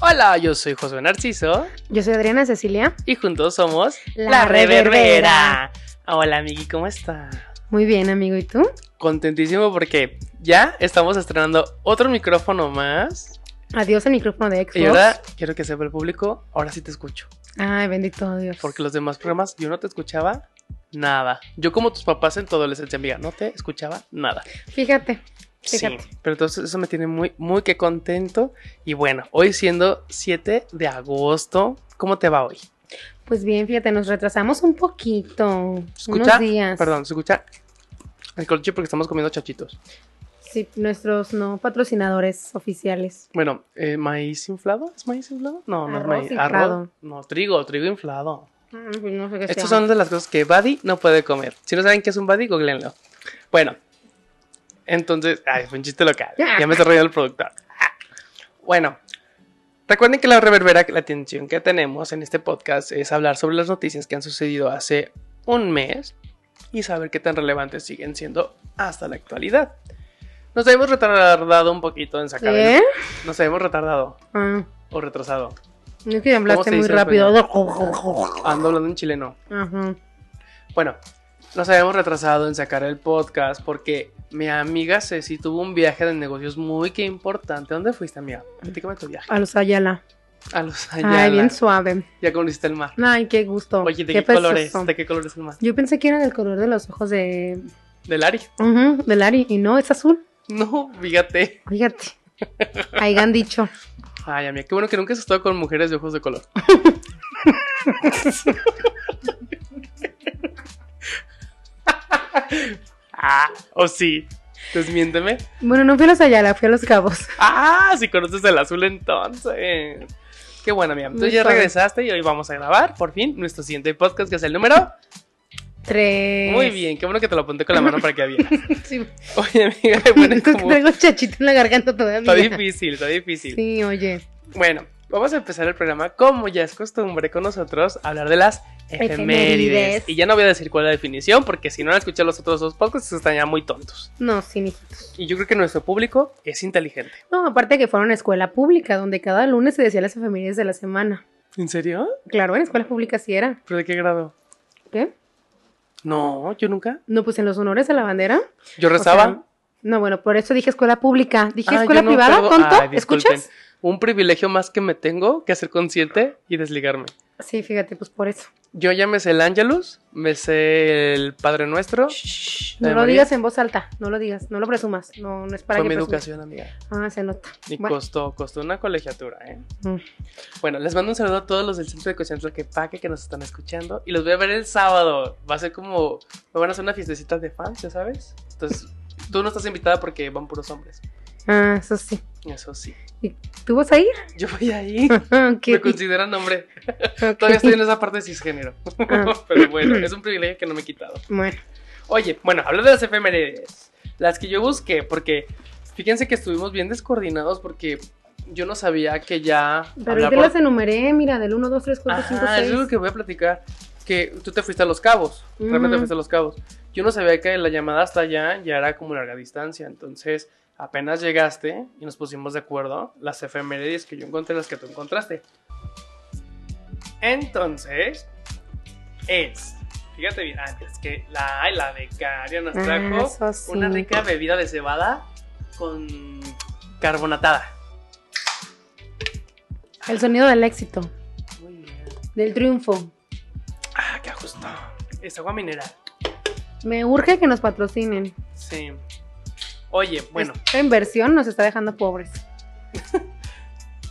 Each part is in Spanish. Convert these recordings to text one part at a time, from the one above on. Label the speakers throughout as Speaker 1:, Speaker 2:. Speaker 1: Hola, yo soy Josué Narciso
Speaker 2: Yo soy Adriana Cecilia.
Speaker 1: y juntos somos
Speaker 2: La
Speaker 1: Reverbera. Hola, amigui, ¿cómo está?
Speaker 2: Muy bien, amigo. ¿Y tú?
Speaker 1: Contentísimo porque ya estamos estrenando otro micrófono más.
Speaker 2: Adiós al micrófono de Xbox.
Speaker 1: Y ahora quiero que sepa el público, ahora sí te escucho.
Speaker 2: Ay, bendito Dios.
Speaker 1: Porque los demás programas yo no te escuchaba nada. Yo como tus papás en tu adolescencia, amiga, no te escuchaba nada.
Speaker 2: Fíjate.
Speaker 1: Sí,
Speaker 2: Fíjate.
Speaker 1: pero entonces eso me tiene muy, muy que contento. Y bueno, hoy siendo 7 de agosto, ¿cómo te va hoy?
Speaker 2: Pues bien, fíjate, nos retrasamos un poquito.
Speaker 1: ¿Escucha?
Speaker 2: Unos días.
Speaker 1: Perdón, se escucha el colche porque estamos comiendo chachitos.
Speaker 2: Sí, nuestros no patrocinadores oficiales.
Speaker 1: Bueno, eh, maíz inflado, ¿es maíz inflado? No, no es
Speaker 2: Arroz
Speaker 1: maíz. Arroz.
Speaker 2: inflado.
Speaker 1: No, trigo, trigo inflado.
Speaker 2: Mm, pues No sé qué
Speaker 1: Estas
Speaker 2: sea.
Speaker 1: son de las cosas que Buddy no puede comer. Si no saben qué es un Buddy, googleenlo. Bueno, entonces, ay, fue un chiste local.
Speaker 2: Ya.
Speaker 1: Ya me está riendo el productor. Ah. Bueno, recuerden que la reverbera, la atención que tenemos en este podcast es hablar sobre las noticias que han sucedido hace un mes y saber qué tan relevantes siguen siendo hasta la actualidad. Nos hemos retardado un poquito en sacar. el-
Speaker 2: ¿Eh?
Speaker 1: Nos hemos retardado
Speaker 2: Ah,
Speaker 1: o retrasado.
Speaker 2: es que hablaste
Speaker 1: se
Speaker 2: muy
Speaker 1: dice en
Speaker 2: rápido.
Speaker 1: Ando hablando en chileno.
Speaker 2: Ajá.
Speaker 1: Bueno, nos habíamos retrasado en sacar el podcast porque mi amiga Ceci tuvo un viaje de negocios muy que importante. ¿Dónde fuiste, amiga? Platícame tu viaje.
Speaker 2: A los Ayala.
Speaker 1: A los
Speaker 2: Ay,
Speaker 1: Ayala.
Speaker 2: bien suave.
Speaker 1: Ya conociste el mar.
Speaker 2: Ay, qué gusto.
Speaker 1: Oye, ¿de qué,
Speaker 2: qué
Speaker 1: colores?
Speaker 2: precioso.
Speaker 1: ¿De qué color es el mar?
Speaker 2: Yo pensé que era del color de los ojos de,
Speaker 1: ¿Del Ari?
Speaker 2: Ujú, de Lari. Y no, es azul.
Speaker 1: No, fíjate.
Speaker 2: Fíjate. Ahí han dicho.
Speaker 1: Ay, amiga, qué bueno que nunca has estado con mujeres de ojos de color. ah, o sí. Desmiénteme.
Speaker 2: Bueno, no fui a los Ayala, fui a los Cabos.
Speaker 1: Ah, si conoces el azul entonces. Qué bueno, amiga. Tú
Speaker 2: Muy
Speaker 1: ya
Speaker 2: suave.
Speaker 1: regresaste y hoy vamos a grabar, por fin, nuestro siguiente podcast, que es el número.
Speaker 2: Tres.
Speaker 1: Muy bien, qué bueno que te lo apunté con la mano para que vieras.
Speaker 2: Sí.
Speaker 1: Oye, amiga, le pones
Speaker 2: Creo que
Speaker 1: como-
Speaker 2: traigo chachito en la garganta todavía.
Speaker 1: Está difícil, está difícil.
Speaker 2: Sí, oye.
Speaker 1: Bueno, vamos a empezar el programa, como ya es costumbre con nosotros, a hablar de las efemérides.
Speaker 2: Efemérides.
Speaker 1: Y ya no voy a decir cuál es la definición, porque si no han escuchado los otros dos podcasts, están ya muy tontos.
Speaker 2: No, sí, mijitos.
Speaker 1: Y yo creo que nuestro público es inteligente.
Speaker 2: No, aparte que fueron a escuela pública, donde cada lunes se decía las efemérides de la semana.
Speaker 1: ¿En serio?
Speaker 2: Claro, en escuelas públicas sí era.
Speaker 1: ¿Pero de qué grado?
Speaker 2: ¿Qué?
Speaker 1: No, yo nunca.
Speaker 2: No, pues en los honores a la bandera.
Speaker 1: Yo
Speaker 2: o
Speaker 1: rezaba.
Speaker 2: sea, no, bueno, por eso dije escuela pública. Dije
Speaker 1: Ah,
Speaker 2: escuela
Speaker 1: yo no
Speaker 2: privada,
Speaker 1: cargo-
Speaker 2: tonto.
Speaker 1: Ay, disculpen.
Speaker 2: ¿Escuchas?
Speaker 1: Un privilegio más que me tengo que hacer consciente y desligarme.
Speaker 2: Sí, fíjate, pues por eso.
Speaker 1: Yo ya me sé el Ángelus, me sé el Padre Nuestro.
Speaker 2: No
Speaker 1: Ave
Speaker 2: lo
Speaker 1: María.
Speaker 2: digas en voz alta, no lo digas, no lo presumas, no, no es para
Speaker 1: Fue
Speaker 2: que
Speaker 1: mi
Speaker 2: presumas.
Speaker 1: educación, amiga.
Speaker 2: Ah, se nota.
Speaker 1: Y
Speaker 2: Bueno,
Speaker 1: costó, costó una colegiatura, ¿eh?
Speaker 2: Mm.
Speaker 1: Bueno, les mando un saludo a todos los del Centro de Educación Tlaquepaque que nos están escuchando. Y los voy a ver el sábado. Va a ser como... Me van a hacer una fiestecita de fans, ¿ya sabes? Entonces, tú no estás invitada porque van puros hombres.
Speaker 2: ah, eso sí.
Speaker 1: Eso sí.
Speaker 2: ¿Tú vas a ir?
Speaker 1: Yo voy ahí.
Speaker 2: Ok,
Speaker 1: Me consideran hombre.
Speaker 2: ok.
Speaker 1: Todavía estoy en esa parte de cisgénero.
Speaker 2: Ah.
Speaker 1: Pero bueno, es un privilegio que no me he quitado.
Speaker 2: Bueno,
Speaker 1: Oye, bueno, hablando de las efemérides. Las que yo busqué, porque fíjense que estuvimos bien descoordinados porque yo no sabía que ya...
Speaker 2: pero yo
Speaker 1: hablar por-
Speaker 2: las enumeré, mira, del 1, 2, 3, 4, 5,
Speaker 1: Ajá, es lo
Speaker 2: 6.
Speaker 1: que voy a platicar. Que tú te fuiste a Los Cabos. Realmente
Speaker 2: Ujú.
Speaker 1: fuiste a Los Cabos. Yo no sabía que la llamada hasta allá ya era como larga distancia. Entonces, apenas llegaste y nos pusimos de acuerdo las efemérides que yo encontré, las que tú encontraste. Entonces, es. Fíjate bien, antes que la, ay, la becaria nos trajo
Speaker 2: Ah, eso sí.
Speaker 1: una rica bebida de cebada con carbonatada.
Speaker 2: El sonido del éxito,
Speaker 1: Muy bien.
Speaker 2: del triunfo.
Speaker 1: Ah, qué justo. Es agua mineral.
Speaker 2: Me urge que nos patrocinen.
Speaker 1: Sí. Oye, bueno,
Speaker 2: Esta inversión nos está dejando pobres.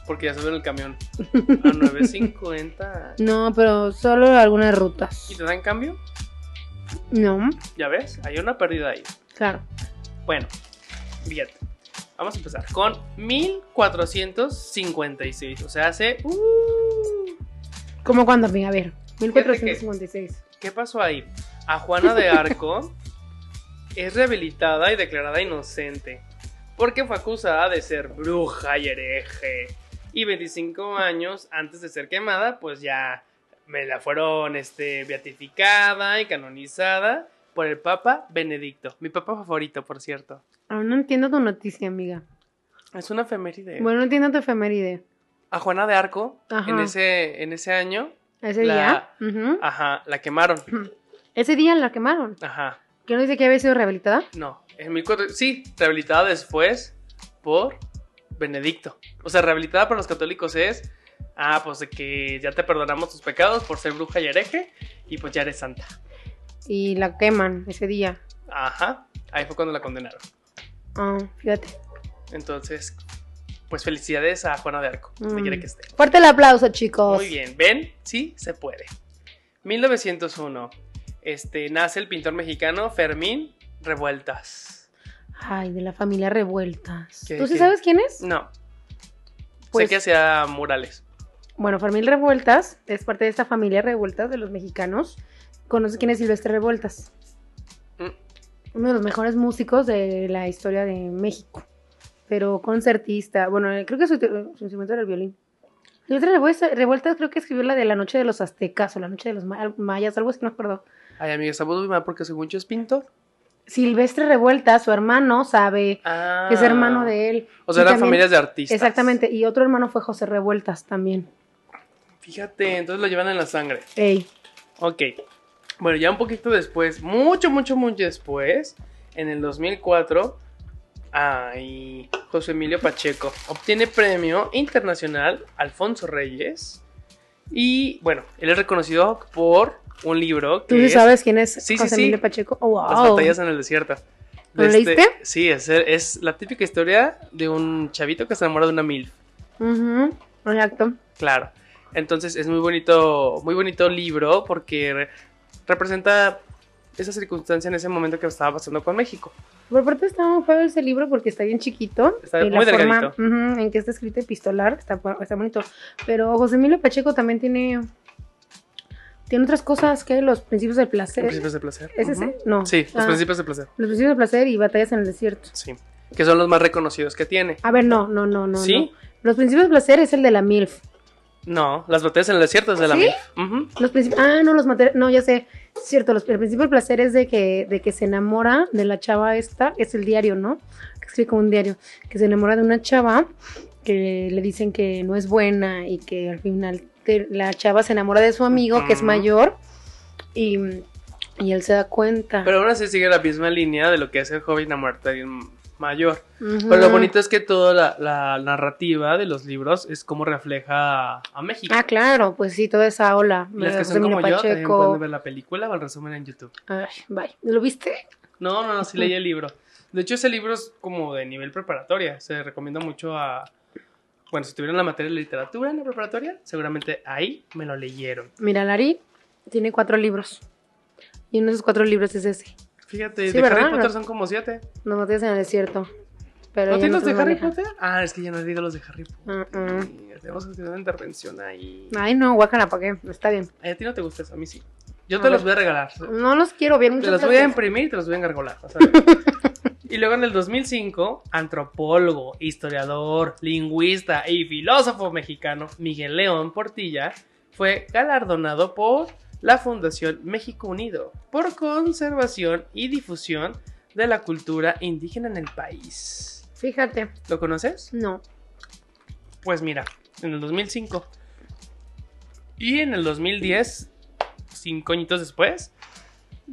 Speaker 1: porque ya suben el camión a 9.50.
Speaker 2: No, pero solo algunas
Speaker 1: ¿Y
Speaker 2: rutas.
Speaker 1: te dan cambio?
Speaker 2: No,
Speaker 1: Ya ves, hay una pérdida ahí.
Speaker 2: claro.
Speaker 1: Bueno, fíjate. Vamos a empezar con 1456. O sea, hace. uh,
Speaker 2: ¿Cómo cuándo, amiga? A ver,
Speaker 1: que-
Speaker 2: 1456.
Speaker 1: ¿Qué pasó ahí? A Juana de Arco es rehabilitada y declarada inocente porque fue acusada de ser bruja y hereje. Y 25 años antes de ser quemada, pues ya me la fueron este, beatificada y canonizada por el Papa Benedicto. Mi papa favorito, por cierto.
Speaker 2: Aún no entiendo tu noticia, amiga.
Speaker 1: Es una efeméride.
Speaker 2: Bueno, no entiendo tu efeméride.
Speaker 1: a Juana de Arco
Speaker 2: Ajá.
Speaker 1: en ese, en ese año.
Speaker 2: Ese
Speaker 1: La-
Speaker 2: día. ujú.
Speaker 1: Ajá, la quemaron.
Speaker 2: Ese día la quemaron.
Speaker 1: Ajá,
Speaker 2: ¿Que no dice que había sido rehabilitada?
Speaker 1: no. En 1400 sí, rehabilitada después por Benedicto. O sea, rehabilitada para los católicos es, ah, pues de que ya te perdonamos tus pecados por ser bruja y hereje y pues ya eres santa.
Speaker 2: Y la queman ese día.
Speaker 1: Ajá, ahí fue cuando la condenaron.
Speaker 2: Ah, fíjate.
Speaker 1: Entonces, pues felicidades a Juana de Arco, donde
Speaker 2: Mm.
Speaker 1: quiera que esté.
Speaker 2: Fuerte el aplauso, chicos.
Speaker 1: Muy bien, ven, sí se puede. 1901. Este, nace el pintor mexicano Fermín Revueltas.
Speaker 2: Ay, de la familia Revueltas.
Speaker 1: ¿Qué-
Speaker 2: ¿Tú sí
Speaker 1: qué?
Speaker 2: sabes quién es?
Speaker 1: No.
Speaker 2: Pues-
Speaker 1: Sé que hacía murales.
Speaker 2: Bueno, Fermín Revueltas es parte de esta familia Revueltas de los mexicanos. ¿Conoces quién es Silvestre Revueltas?
Speaker 1: Mm.
Speaker 2: Uno de los mejores músicos de la historia de México. Pero concertista. Bueno, eh, creo que su, su instrumento era el violín. Silvestre Revueltas, Revueltas creo que escribió la de La Noche de los Aztecas o La Noche de los Ma- Mayas, algo así, no me acuerdo.
Speaker 1: Ay, amiga, estamos muy mal porque según yo es pintor.
Speaker 2: Silvestre Revueltas, su hermano, sabe
Speaker 1: Ah.
Speaker 2: que es hermano de él.
Speaker 1: O sea,
Speaker 2: Y
Speaker 1: eran
Speaker 2: también-
Speaker 1: familias de artistas.
Speaker 2: Exactamente, y otro hermano fue José Revueltas también.
Speaker 1: Fíjate, entonces lo llevan en la sangre.
Speaker 2: Ey,
Speaker 1: Ok. Bueno, ya un poquito después, mucho, mucho, mucho después, en el 2004, ay, José Emilio Pacheco obtiene premio internacional Alfonso Reyes. Y bueno, él es reconocido por un libro
Speaker 2: ¿tú
Speaker 1: que
Speaker 2: sí
Speaker 1: es
Speaker 2: sabes quién es
Speaker 1: Sí, sí,
Speaker 2: José
Speaker 1: sí. Pues
Speaker 2: Emilio Pacheco? Oh, wow.
Speaker 1: Las batallas en el desierto.
Speaker 2: ¿Lo
Speaker 1: Este,
Speaker 2: leíste?
Speaker 1: Sí, es, es la típica historia de un chavito que se enamora de una milf.
Speaker 2: Ujú, Exacto.
Speaker 1: Claro. Entonces es muy bonito, muy bonito libro porque re- representa esa circunstancia en ese momento que estaba pasando con México.
Speaker 2: Por parte está muy padre ese libro porque está bien chiquito.
Speaker 1: Está
Speaker 2: y
Speaker 1: muy
Speaker 2: la forma
Speaker 1: delgadito.
Speaker 2: ujú, en que está escrito epistolar está, pa- está bonito. Pero José Emilio Pacheco también tiene, tiene otras cosas que los principios del placer.
Speaker 1: Los principios de placer.
Speaker 2: ¿Es
Speaker 1: Ujú.
Speaker 2: ese? No.
Speaker 1: Sí, los
Speaker 2: Ah,
Speaker 1: principios de placer.
Speaker 2: Los principios del placer y batallas en el desierto.
Speaker 1: Sí. Que son los más reconocidos que tiene.
Speaker 2: A ver, no, no, no, no.
Speaker 1: ¿Sí?
Speaker 2: no. Los principios del placer es el de la MILF.
Speaker 1: No, las batallas en el desierto es de la
Speaker 2: ¿Sí?
Speaker 1: milf. Ujú.
Speaker 2: Los princip- ah, no, los materiales. No, ya sé. Cierto, los, el principio del placer es de que, de que se enamora de la chava esta. Es el diario, ¿no? Que escribe como un diario. Que se enamora de una chava que le dicen que no es buena y que al final te- la chava se enamora de su amigo que es
Speaker 1: Ujú.
Speaker 2: mayor y, y él se da cuenta.
Speaker 1: Pero aún así sigue la misma línea de lo que es el joven enamorarte de alguien mayor.
Speaker 2: Ujú.
Speaker 1: Pero lo bonito es que toda la, la narrativa de los libros es como refleja a México.
Speaker 2: Ah, claro, pues sí, toda esa ola.
Speaker 1: Y las que
Speaker 2: José
Speaker 1: son como
Speaker 2: Emilio
Speaker 1: yo también pueden
Speaker 2: Pacheco.
Speaker 1: ver la película o el resumen en YouTube.
Speaker 2: Ay, bye. ¿Lo viste?
Speaker 1: No, no, no, sí leí el libro. De hecho, ese libro es como de nivel preparatoria. Se recomienda mucho a... Bueno, si tuvieron la materia de literatura en la preparatoria, seguramente ahí me lo leyeron.
Speaker 2: Mira, Lari tiene cuatro libros. Y uno de esos cuatro libros es ese.
Speaker 1: Fíjate,
Speaker 2: Sí,
Speaker 1: de
Speaker 2: ¿verdad?
Speaker 1: Harry Potter son como siete.
Speaker 2: Los batallas en el desierto. Pero
Speaker 1: ¿No
Speaker 2: ya
Speaker 1: tienes los
Speaker 2: se
Speaker 1: de Harry
Speaker 2: maneja.
Speaker 1: Potter? Ah, es que ya no he leído los de Harry Potter.
Speaker 2: Mm, Ah.
Speaker 1: Y Tenemos que hacer una intervención ahí.
Speaker 2: Ay, no, guácala, ¿para qué? Está bien.
Speaker 1: Ay, a ti no te gusta eso, a mí sí. Yo
Speaker 2: A
Speaker 1: te los
Speaker 2: ver.
Speaker 1: voy a regalar.
Speaker 2: No los quiero ver
Speaker 1: Te
Speaker 2: muchas
Speaker 1: los voy a
Speaker 2: gracias.
Speaker 1: imprimir y te los voy a engargolar. vas a ver. y luego en el 2005, antropólogo, historiador, lingüista y filósofo mexicano Miguel León Portilla fue galardonado por la Fundación México Unido por conservación y difusión de la cultura indígena en el país.
Speaker 2: Fíjate,
Speaker 1: ¿Lo conoces?
Speaker 2: no.
Speaker 1: Pues mira, en el 2005. Y en el 2010, cinco añitos después,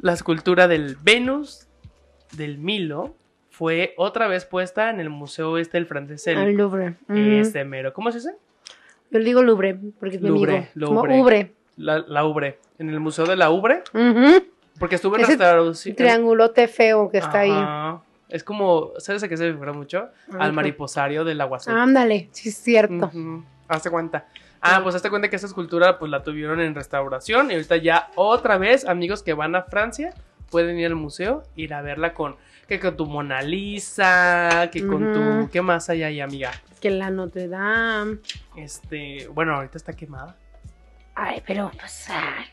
Speaker 1: la escultura del Venus del Milo fue otra vez puesta en el Museo Este del Francés. el-
Speaker 2: Al Louvre. Mm,
Speaker 1: este mero. ¿Cómo se dice?
Speaker 2: Yo le digo Louvre, porque es mi
Speaker 1: Louvre,
Speaker 2: amigo. Como
Speaker 1: Louvre.
Speaker 2: Ubre.
Speaker 1: La, la Ubre. En el Museo de la Ubre.
Speaker 2: Ujú,
Speaker 1: Porque estuvo en
Speaker 2: Ese
Speaker 1: restauración.
Speaker 2: Triangulote feo que está ahí.
Speaker 1: Ajá. Es como, ¿sabes a qué se me figura mucho?
Speaker 2: Ajá. Ah,
Speaker 1: Al mariposario del agua
Speaker 2: Ándale, sí es cierto.
Speaker 1: Ujú, Hazte cuenta. Ah, pues hazte cuenta que esa escultura pues la tuvieron en restauración y ahorita ya otra vez amigos que van a Francia pueden ir al museo, ir a verla con que con tu Mona Lisa, que con
Speaker 2: Ujú.
Speaker 1: tu ¿qué más hay ahí, amiga?
Speaker 2: Que la Notre Dame.
Speaker 1: Este, bueno, ahorita está quemada.
Speaker 2: Ay, pero pues. ay,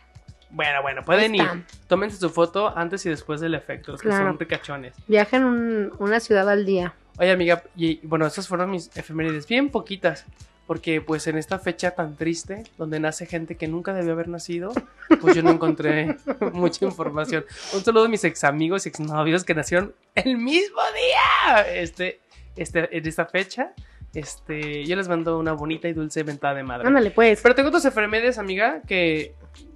Speaker 1: Bueno, bueno, pueden
Speaker 2: ahí está.
Speaker 1: ir. Tómense su foto antes y después del efecto, los que
Speaker 2: Claro.
Speaker 1: son ricachones.
Speaker 2: Viaja en un- una ciudad al día.
Speaker 1: Oye, amiga, y bueno, esas fueron mis efemérides bien poquitas, porque pues en esta fecha tan triste, donde nace gente que nunca debió haber nacido, pues yo no encontré mucha información. Un saludo a mis ex amigos y exnovios que nacieron el mismo día, este, este, en esta fecha, Este, yo les mando una bonita y dulce ventada de madre.
Speaker 2: Ándale, pues.
Speaker 1: Pero tengo otras efemérides, amiga, que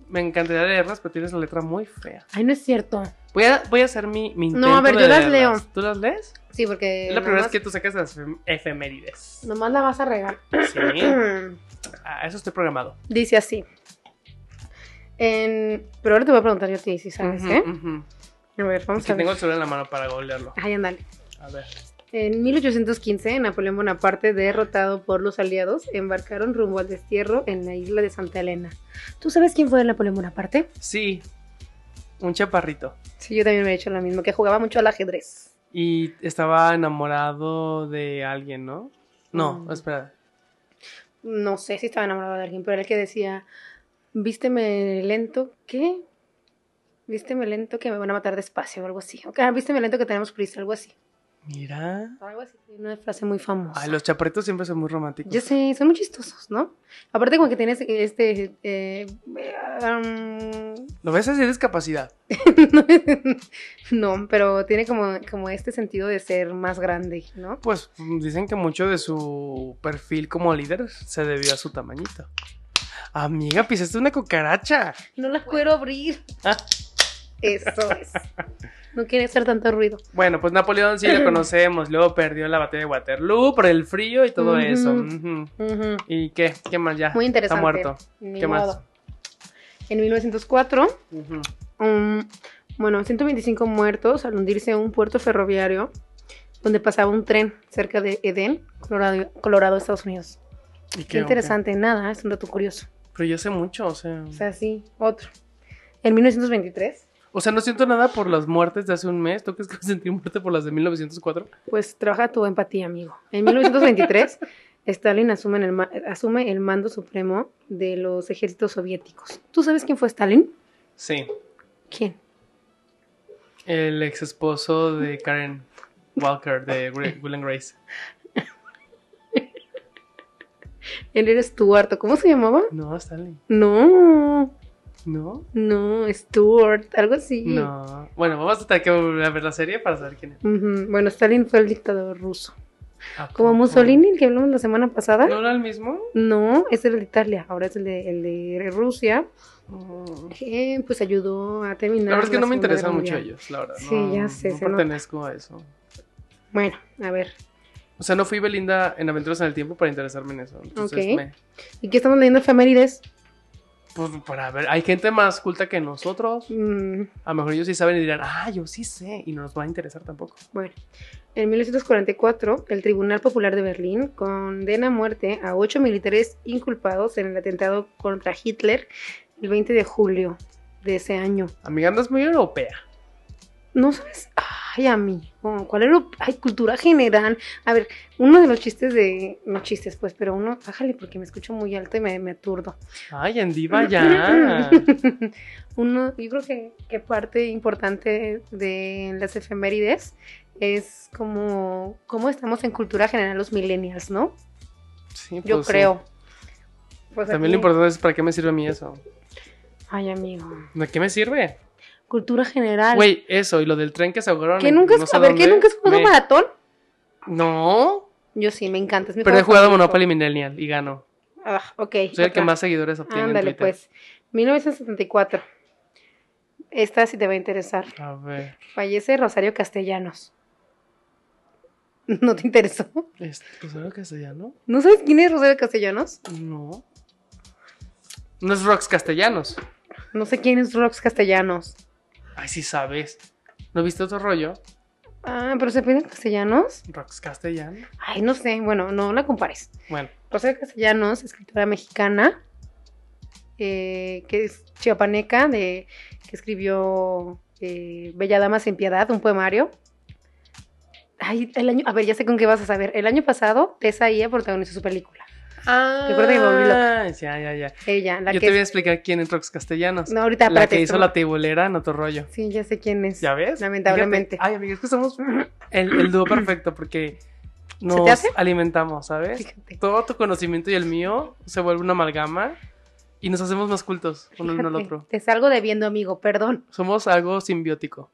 Speaker 1: me encantaría leerlas, pero tienes la letra muy fea.
Speaker 2: Ay, no es cierto.
Speaker 1: Voy a, voy a hacer mi, mi
Speaker 2: No, a
Speaker 1: intento
Speaker 2: ver,
Speaker 1: de
Speaker 2: yo las leo.
Speaker 1: leerlas. ¿Tú las lees?
Speaker 2: Sí, porque.
Speaker 1: es la primera
Speaker 2: nomás-
Speaker 1: vez que tú sacas las efem- efemérides.
Speaker 2: Nomás la vas a regar.
Speaker 1: Sí. A eso estoy programado.
Speaker 2: Dice así. En... Pero ahora te voy a preguntar yo a ti si sabes,
Speaker 1: Ujú,
Speaker 2: ¿eh?
Speaker 1: ujú.
Speaker 2: A ver, vamos
Speaker 1: Que
Speaker 2: a ver.
Speaker 1: tengo el celular en la mano para googlearlo.
Speaker 2: Ay, ándale.
Speaker 1: A ver.
Speaker 2: En 1815, Napoleón Bonaparte, derrotado por los aliados, embarcaron rumbo al destierro en la isla de Santa Elena. ¿Tú sabes quién fue Napoleón Bonaparte?
Speaker 1: Sí. Un chaparrito.
Speaker 2: Sí, yo también me he hecho lo mismo, que jugaba mucho al ajedrez.
Speaker 1: Y estaba enamorado de alguien, ¿no? No,
Speaker 2: Mm.
Speaker 1: espera.
Speaker 2: No sé si estaba enamorado de alguien, pero era el que decía, vísteme lento, ¿qué? Vísteme lento que me van a matar despacio o algo así. O, "Ah, vísteme lento que tenemos prisa, algo así.
Speaker 1: Mira.
Speaker 2: Algo así. Una frase muy famosa.
Speaker 1: Ay, los chaparritos siempre son muy románticos.
Speaker 2: Ya sé, son muy chistosos, ¿no? Aparte como que tienes este... eh, um,
Speaker 1: Lo ves así, discapacidad.
Speaker 2: no, pero tiene como, como este sentido de ser más grande, ¿no?
Speaker 1: Pues mm, dicen que mucho de su perfil como líder se debió a su tamañito. Amiga, pisaste una cucaracha.
Speaker 2: No las puedo abrir.
Speaker 1: Ah.
Speaker 2: Eso es. No quiere hacer tanto ruido.
Speaker 1: Bueno, pues Napoleón sí lo conocemos. Luego perdió la batalla de Waterloo por el frío y todo
Speaker 2: Ujú.
Speaker 1: eso. ujú.
Speaker 2: Ujú.
Speaker 1: ¿Y qué? ¿Qué más ya?
Speaker 2: Muy interesante.
Speaker 1: Está muerto.
Speaker 2: Ni
Speaker 1: ¿Qué más?
Speaker 2: modo. En 1904,
Speaker 1: Ujú.
Speaker 2: um, bueno, 125 muertos al hundirse un puerto ferroviario donde pasaba un tren cerca de Eden, Colorado, Colorado Estados Unidos.
Speaker 1: ¿Y
Speaker 2: Qué
Speaker 1: o
Speaker 2: interesante, nada, es un dato curioso.
Speaker 1: Pero yo sé mucho, o sea.
Speaker 2: O sea, sí, otro. En 1923,
Speaker 1: O sea, no siento nada por las muertes de hace un mes. ¿Tú crees que sentí muerte por las de 1904?
Speaker 2: pues trabaja tu empatía, amigo. En 1923, Stalin asume el, ma- asume el mando supremo de los ejércitos soviéticos. ¿Tú sabes quién fue Stalin?
Speaker 1: Sí.
Speaker 2: ¿Quién?
Speaker 1: El ex esposo de Karen Walker, de Gre- Will and Grace.
Speaker 2: Él era Stuart, ¿o ¿cómo se llamaba?
Speaker 1: No, Stanley.
Speaker 2: No,
Speaker 1: No.
Speaker 2: no, Stuart, algo así.
Speaker 1: No. Bueno, vamos a tener que volver a ver la serie para saber quién es.
Speaker 2: Ujú, Bueno, Stalin fue el dictador ruso.
Speaker 1: ¿A
Speaker 2: Como
Speaker 1: poco?
Speaker 2: Mussolini, el que hablamos la semana pasada.
Speaker 1: ¿No era el mismo?
Speaker 2: No, es el de Italia, ahora es el de, el de Rusia,
Speaker 1: Mm.
Speaker 2: que pues ayudó a terminar.
Speaker 1: La verdad es que no me
Speaker 2: Segunda Guerra
Speaker 1: interesan mucho
Speaker 2: Mundial.
Speaker 1: ellos, la verdad.
Speaker 2: Sí,
Speaker 1: No-
Speaker 2: ya sé,
Speaker 1: No
Speaker 2: se nota.
Speaker 1: pertenezco a eso.
Speaker 2: Bueno, a ver.
Speaker 1: O sea, no fui Belinda en Aventuras en el Tiempo para interesarme en eso. Entonces,
Speaker 2: Ok.
Speaker 1: me-
Speaker 2: ¿Y qué estamos leyendo efemérides?
Speaker 1: pues, para ver, hay gente más culta que nosotros.
Speaker 2: Mm,
Speaker 1: A lo mejor ellos sí saben y dirán, ah, yo sí sé, y no nos va a interesar tampoco.
Speaker 2: bueno, en 1944, el Tribunal Popular de Berlín condena a muerte a ocho militares inculpados en el atentado contra Hitler el 20 de julio de ese año.
Speaker 1: Amiga, andas muy europea.
Speaker 2: No sabes. Ay, amigo. ¿Cuál era? Ay, cultura general. A ver, uno de los chistes de. No chistes, pues, pero uno. Bájale porque me escucho muy alto y me, me aturdo.
Speaker 1: Ay, Andiva, ya.
Speaker 2: uno, yo creo que, que parte importante de las efemérides es como. ¿Cómo estamos en cultura general los millennials, no?
Speaker 1: Sí,
Speaker 2: Yo
Speaker 1: pues, sí.
Speaker 2: creo. Pues
Speaker 1: También
Speaker 2: aquí-
Speaker 1: lo importante es para qué me sirve a mí eso.
Speaker 2: Ay, amigo.
Speaker 1: ¿De qué me sirve?
Speaker 2: Cultura general.
Speaker 1: Güey, eso, y lo del tren que se ahogaron.
Speaker 2: ¿Que
Speaker 1: en
Speaker 2: nunca has,
Speaker 1: no sé
Speaker 2: a ver, ¿que
Speaker 1: dónde,
Speaker 2: nunca has jugado
Speaker 1: me-
Speaker 2: maratón?
Speaker 1: No,
Speaker 2: Yo sí, me encanta. Es mi
Speaker 1: pero he
Speaker 2: juego
Speaker 1: jugado
Speaker 2: favorito.
Speaker 1: Monopoly Millennial y gano.
Speaker 2: Ah, ok.
Speaker 1: Soy el que
Speaker 2: otra.
Speaker 1: más seguidores obtiene en
Speaker 2: Ándale,
Speaker 1: Twitter.
Speaker 2: pues. 1974. Esta sí te va a interesar.
Speaker 1: A ver,
Speaker 2: Fallece Rosario Castellanos. ¿No te interesó?
Speaker 1: este, pues algo castellano?
Speaker 2: ¿No sabes quién es Rosario Castellanos?
Speaker 1: No. No es rocks castellanos.
Speaker 2: No sé quién es Rox Castellanos.
Speaker 1: Ay, sí sabes. ¿No viste otro rollo?
Speaker 2: Ah, pero se piden castellanos.
Speaker 1: Rocks castellano.
Speaker 2: Ay, no sé. Bueno, no la compares.
Speaker 1: Bueno,
Speaker 2: Rosario Castellanos, escritora mexicana, eh, que es chiapaneca, de, que escribió eh, Bella Dama sin Piedad, un poemario. Ay, el año, a ver, ya sé con qué vas a saber. El año pasado, Tessa Ia protagonizó su película.
Speaker 1: Ah,
Speaker 2: Recuerda que me volví loca.
Speaker 1: Ya, ya, ya.
Speaker 2: Ella, la
Speaker 1: Yo
Speaker 2: que...
Speaker 1: te voy a explicar quién es Rox Castellanos.
Speaker 2: No, ahorita
Speaker 1: la
Speaker 2: espérate,
Speaker 1: que hizo
Speaker 2: esto-
Speaker 1: la tibolera en otro rollo.
Speaker 2: Sí, ya sé quién es.
Speaker 1: ¿Ya ves?
Speaker 2: Lamentablemente.
Speaker 1: Fíjate. Ay, amiga, es que somos el, el dúo perfecto porque nos
Speaker 2: hace?
Speaker 1: alimentamos, ¿sabes?
Speaker 2: Fíjate.
Speaker 1: Todo tu conocimiento y el mío se vuelve una amalgama y nos hacemos más cultos uno uno al
Speaker 2: Fíjate,
Speaker 1: otro.
Speaker 2: Te salgo debiendo, amigo, perdón.
Speaker 1: Somos algo simbiótico.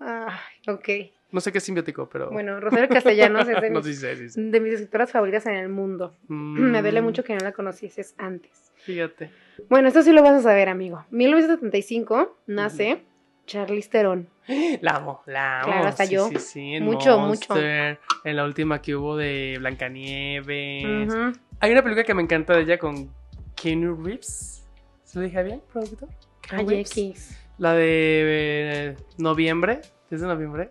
Speaker 2: Ay, Ah, ok.
Speaker 1: No sé qué es simbiótico, pero.
Speaker 2: Bueno, Rosario Castellanos es de
Speaker 1: no
Speaker 2: mis,
Speaker 1: dice, dice.
Speaker 2: de mis escritoras favoritas en el mundo.
Speaker 1: Mm,
Speaker 2: Me duele mucho que no la conocieses antes.
Speaker 1: Fíjate.
Speaker 2: Bueno, esto sí lo vas a saber, amigo. 1975 nace Charlize Theron.
Speaker 1: La amo, la amo.
Speaker 2: Claro, hasta
Speaker 1: sí,
Speaker 2: yo.
Speaker 1: Sí, sí, en
Speaker 2: Mucho, mucho.
Speaker 1: Monster, En la última que hubo de Blancanieves.
Speaker 2: Ujú.
Speaker 1: Hay una película que me encanta de ella con Keanu Reeves. ¿Se lo dije bien, productor? Keanu
Speaker 2: Ay,
Speaker 1: Reeves.
Speaker 2: X.
Speaker 1: La de eh, noviembre, es de noviembre,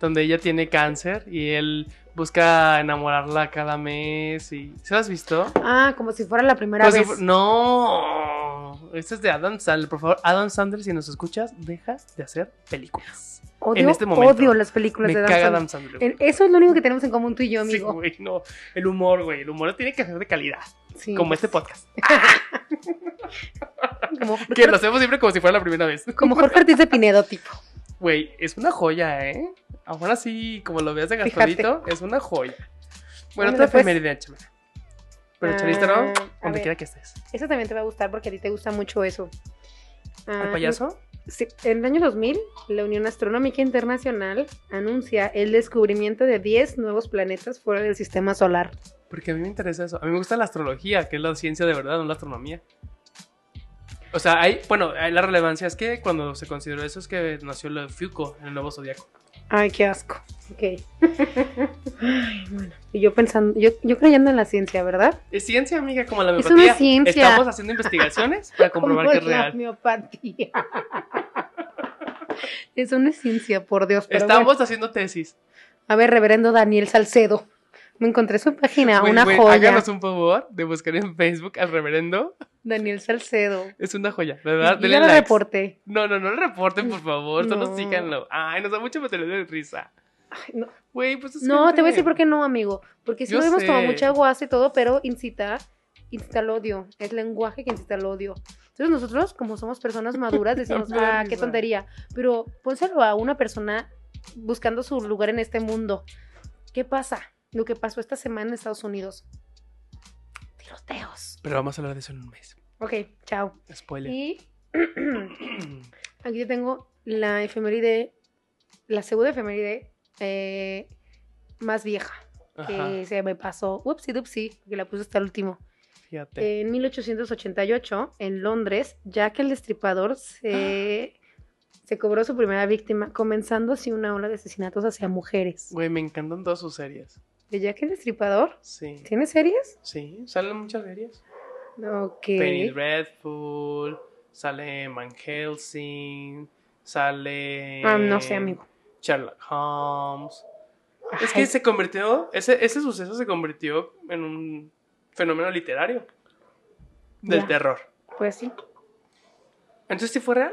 Speaker 1: donde ella tiene cáncer y él busca enamorarla cada mes y ¿se la has visto?
Speaker 2: Ah, como si fuera la primera
Speaker 1: Como si
Speaker 2: vez.
Speaker 1: fu- Pues, no, esto es de Adam Sandler, por favor, Adam Sandler, si nos escuchas, dejas de hacer películas.
Speaker 2: Odio,
Speaker 1: en este momento.
Speaker 2: odio las películas
Speaker 1: Me
Speaker 2: de Adam
Speaker 1: caga
Speaker 2: Sandler.
Speaker 1: Adam Sandler.
Speaker 2: En- Eso es lo único que tenemos en común tú y yo,
Speaker 1: Sí,
Speaker 2: amigo.
Speaker 1: güey, no, el humor, güey, el humor tiene que ser de calidad,
Speaker 2: Sí.
Speaker 1: como este podcast,
Speaker 2: Como,
Speaker 1: que lo hacemos siempre como si fuera la primera vez.
Speaker 2: como Jorge Ortiz de Pinedo, tipo.
Speaker 1: Güey, es una joya, ¿eh? Ahora sí, como lo veas de
Speaker 2: Fíjate.
Speaker 1: gastadito, es una joya. Bueno,
Speaker 2: Ándale,
Speaker 1: otra
Speaker 2: pues.
Speaker 1: efeméride, chamela. Pero
Speaker 2: Ah,
Speaker 1: Charlize Theron,
Speaker 2: a
Speaker 1: donde
Speaker 2: ver.
Speaker 1: quiera que estés.
Speaker 2: Eso también te va a gustar porque a ti te gusta mucho eso.
Speaker 1: ¿El
Speaker 2: Ah,
Speaker 1: payaso?
Speaker 2: sí, en el año 2000, la Unión Astronómica Internacional anuncia el descubrimiento de 10 nuevos planetas fuera del sistema solar.
Speaker 1: Porque a mí me interesa eso. A mí me gusta la astrología, que es la ciencia de verdad, no la astronomía. O sea, hay, bueno, hay- la relevancia es que cuando se consideró eso es que nació lo de Foucault, el nuevo zodiaco.
Speaker 2: Ay, qué asco. Ok. Ay, bueno. Y yo pensando, yo, yo creyendo en la ciencia, ¿verdad?
Speaker 1: Es ciencia, amiga, como la
Speaker 2: Es
Speaker 1: homeopatía.
Speaker 2: una ciencia.
Speaker 1: Estamos haciendo investigaciones para comprobar
Speaker 2: Como
Speaker 1: que es
Speaker 2: la
Speaker 1: real.
Speaker 2: homeopatía. es una ciencia, por Dios. pero
Speaker 1: Estamos
Speaker 2: bueno.
Speaker 1: haciendo tesis.
Speaker 2: A ver, reverendo Daniel Salcedo. Me encontré su página,
Speaker 1: Güey,
Speaker 2: una
Speaker 1: güey,
Speaker 2: joya.
Speaker 1: Háganos un favor de buscar en Facebook al reverendo.
Speaker 2: Daniel Salcedo.
Speaker 1: Es una joya, la
Speaker 2: Yo
Speaker 1: ¿verdad? Denle
Speaker 2: ya lo
Speaker 1: likes.
Speaker 2: reporté.
Speaker 1: No, no, no lo reporten, por favor. Solo
Speaker 2: No.
Speaker 1: síganlo. Ay, nos da mucho material de risa.
Speaker 2: Ay, no,
Speaker 1: Güey, pues es
Speaker 2: No,
Speaker 1: gente.
Speaker 2: te voy a decir por qué no, amigo. Porque sí
Speaker 1: Yo
Speaker 2: lo vemos como
Speaker 1: sé.
Speaker 2: mucha guasa y todo, pero incita, incita al odio. Es lenguaje que incita al odio. Entonces nosotros, como somos personas maduras, decimos,
Speaker 1: Me da
Speaker 2: ah, qué
Speaker 1: risa.
Speaker 2: tontería. Pero pónselo a una persona buscando su lugar en este mundo. ¿Qué pasa? Lo que pasó esta semana en Estados Unidos. Tiroteos.
Speaker 1: Pero vamos a hablar de eso en un mes.
Speaker 2: Ok, chao.
Speaker 1: Spoiler.
Speaker 2: Y Aquí yo tengo la efeméride, la segunda efeméride eh, más vieja
Speaker 1: Ajá,
Speaker 2: que se me pasó. Upsi dupsi, que la puse hasta el último.
Speaker 1: fíjate.
Speaker 2: En 1888, en Londres, Jack el Destripador se, se cobró su primera víctima, comenzando así una ola de asesinatos hacia mujeres.
Speaker 1: Güey, me encantan todas sus series.
Speaker 2: ¿De Jack el Destripador?
Speaker 1: Sí.
Speaker 2: ¿Tiene series?
Speaker 1: Sí, salen muchas series.
Speaker 2: Ok.
Speaker 1: Penny Dreadful, sale Van Helsing, sale...
Speaker 2: Ah, no sé, amigo.
Speaker 1: Sherlock Holmes. Es
Speaker 2: Ay,
Speaker 1: que se convirtió, ese, ese suceso se convirtió en un fenómeno literario del
Speaker 2: Ya.
Speaker 1: terror.
Speaker 2: Pues sí,
Speaker 1: Entonces, si fue real,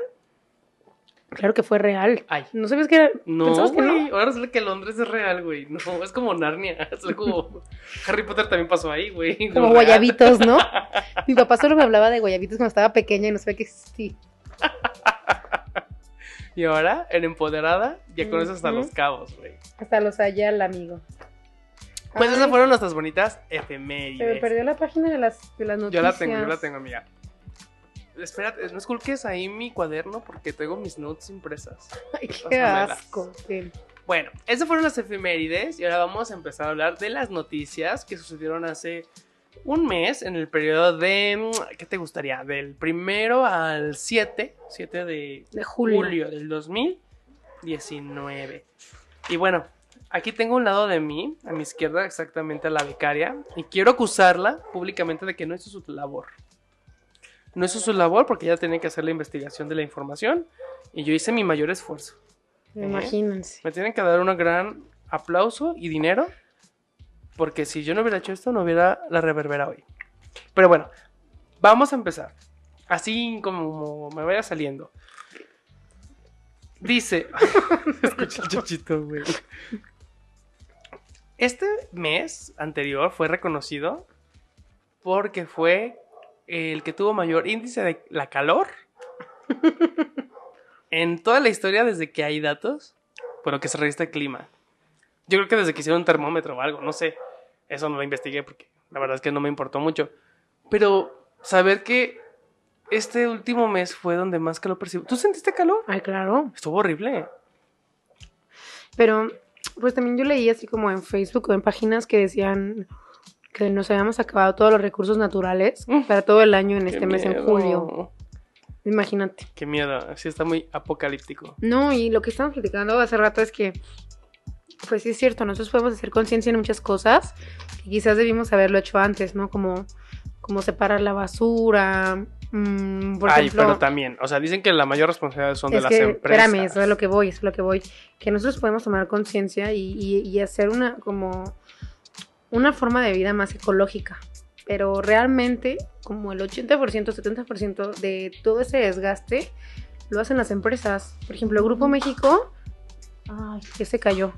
Speaker 2: claro que fue real.
Speaker 1: ay.
Speaker 2: ¿No sabes qué era?
Speaker 1: No,
Speaker 2: ¿Pensabas que no?
Speaker 1: güey. Ahora resulta que Londres es real, güey. No, es como Narnia. Es como Harry Potter también pasó ahí, güey.
Speaker 2: Como
Speaker 1: Real.
Speaker 2: guayabitos, ¿no? Mi papá solo me hablaba de guayabitos cuando estaba pequeña y no sabía que existía.
Speaker 1: Y ahora, en Empoderada, ya conoces hasta
Speaker 2: Ujú.
Speaker 1: los cabos, güey.
Speaker 2: Hasta los Ayala, amigo.
Speaker 1: Pues
Speaker 2: Ay,
Speaker 1: esas fueron nuestras bonitas
Speaker 2: Se me
Speaker 1: efemérides.
Speaker 2: perdió la página de las, de las
Speaker 1: Yo
Speaker 2: noticias.
Speaker 1: la tengo, yo la tengo, amiga. Espérate, no esculques ahí mi cuaderno porque tengo mis notes impresas.
Speaker 2: Ay, qué
Speaker 1: Pásamelas.
Speaker 2: asco.
Speaker 1: ¿Eh?
Speaker 2: Sí.
Speaker 1: Bueno, esas fueron las efemérides y ahora vamos a empezar a hablar de las noticias que sucedieron hace un mes en el periodo de, mm, ¿qué te gustaría? Del primero al 7, 7 de
Speaker 2: De julio.
Speaker 1: julio, del 2019. Y bueno, aquí tengo a un lado de mí, a mi izquierda exactamente a la becaria, y quiero acusarla públicamente de que no hizo su labor. No hizo su labor porque ella tenía que hacer la investigación de la información y yo hice mi mayor esfuerzo.
Speaker 2: Imagínense.
Speaker 1: Me tienen que dar un gran aplauso y dinero. Porque si yo no hubiera hecho esto, no hubiera la reverbera hoy. Pero bueno, vamos a empezar. Así como me vaya saliendo. Dice. Escucha el chachito, güey. Este mes anterior fue reconocido porque fue el que tuvo mayor índice de la calor en toda la historia desde que hay datos, bueno, que se registra el clima. Yo creo que desde que hicieron un termómetro o algo, no sé. Eso no lo investigué porque la verdad es que no me importó mucho. Pero saber que este último mes fue donde más calor percibí. ¿Tú sentiste calor?
Speaker 2: Ay, claro.
Speaker 1: Estuvo horrible.
Speaker 2: Pero Pues también yo leí así como en Facebook o en páginas que decían que nos habíamos acabado todos los recursos naturales
Speaker 1: Mm.
Speaker 2: para todo el año en
Speaker 1: Qué
Speaker 2: este mes, en
Speaker 1: miedo.
Speaker 2: julio. Imagínate.
Speaker 1: Qué miedo, sí está muy apocalíptico.
Speaker 2: No, y lo que estamos platicando hace rato es que, pues sí es cierto, nosotros podemos hacer conciencia en muchas cosas que quizás debimos haberlo hecho antes, ¿no? Como, como separar la basura, mm, por
Speaker 1: Ay,
Speaker 2: ejemplo...
Speaker 1: pero también, o sea, dicen que la mayor responsabilidad son de
Speaker 2: Es
Speaker 1: las
Speaker 2: que,
Speaker 1: empresas.
Speaker 2: espérame, eso es lo que voy, eso es lo que voy. Que nosotros podemos tomar conciencia y, y- y hacer una, como, una forma de vida más ecológica. Pero realmente, como el 80%, 70% de todo ese desgaste lo hacen las empresas. Por ejemplo, Grupo México, ay, que se cayó.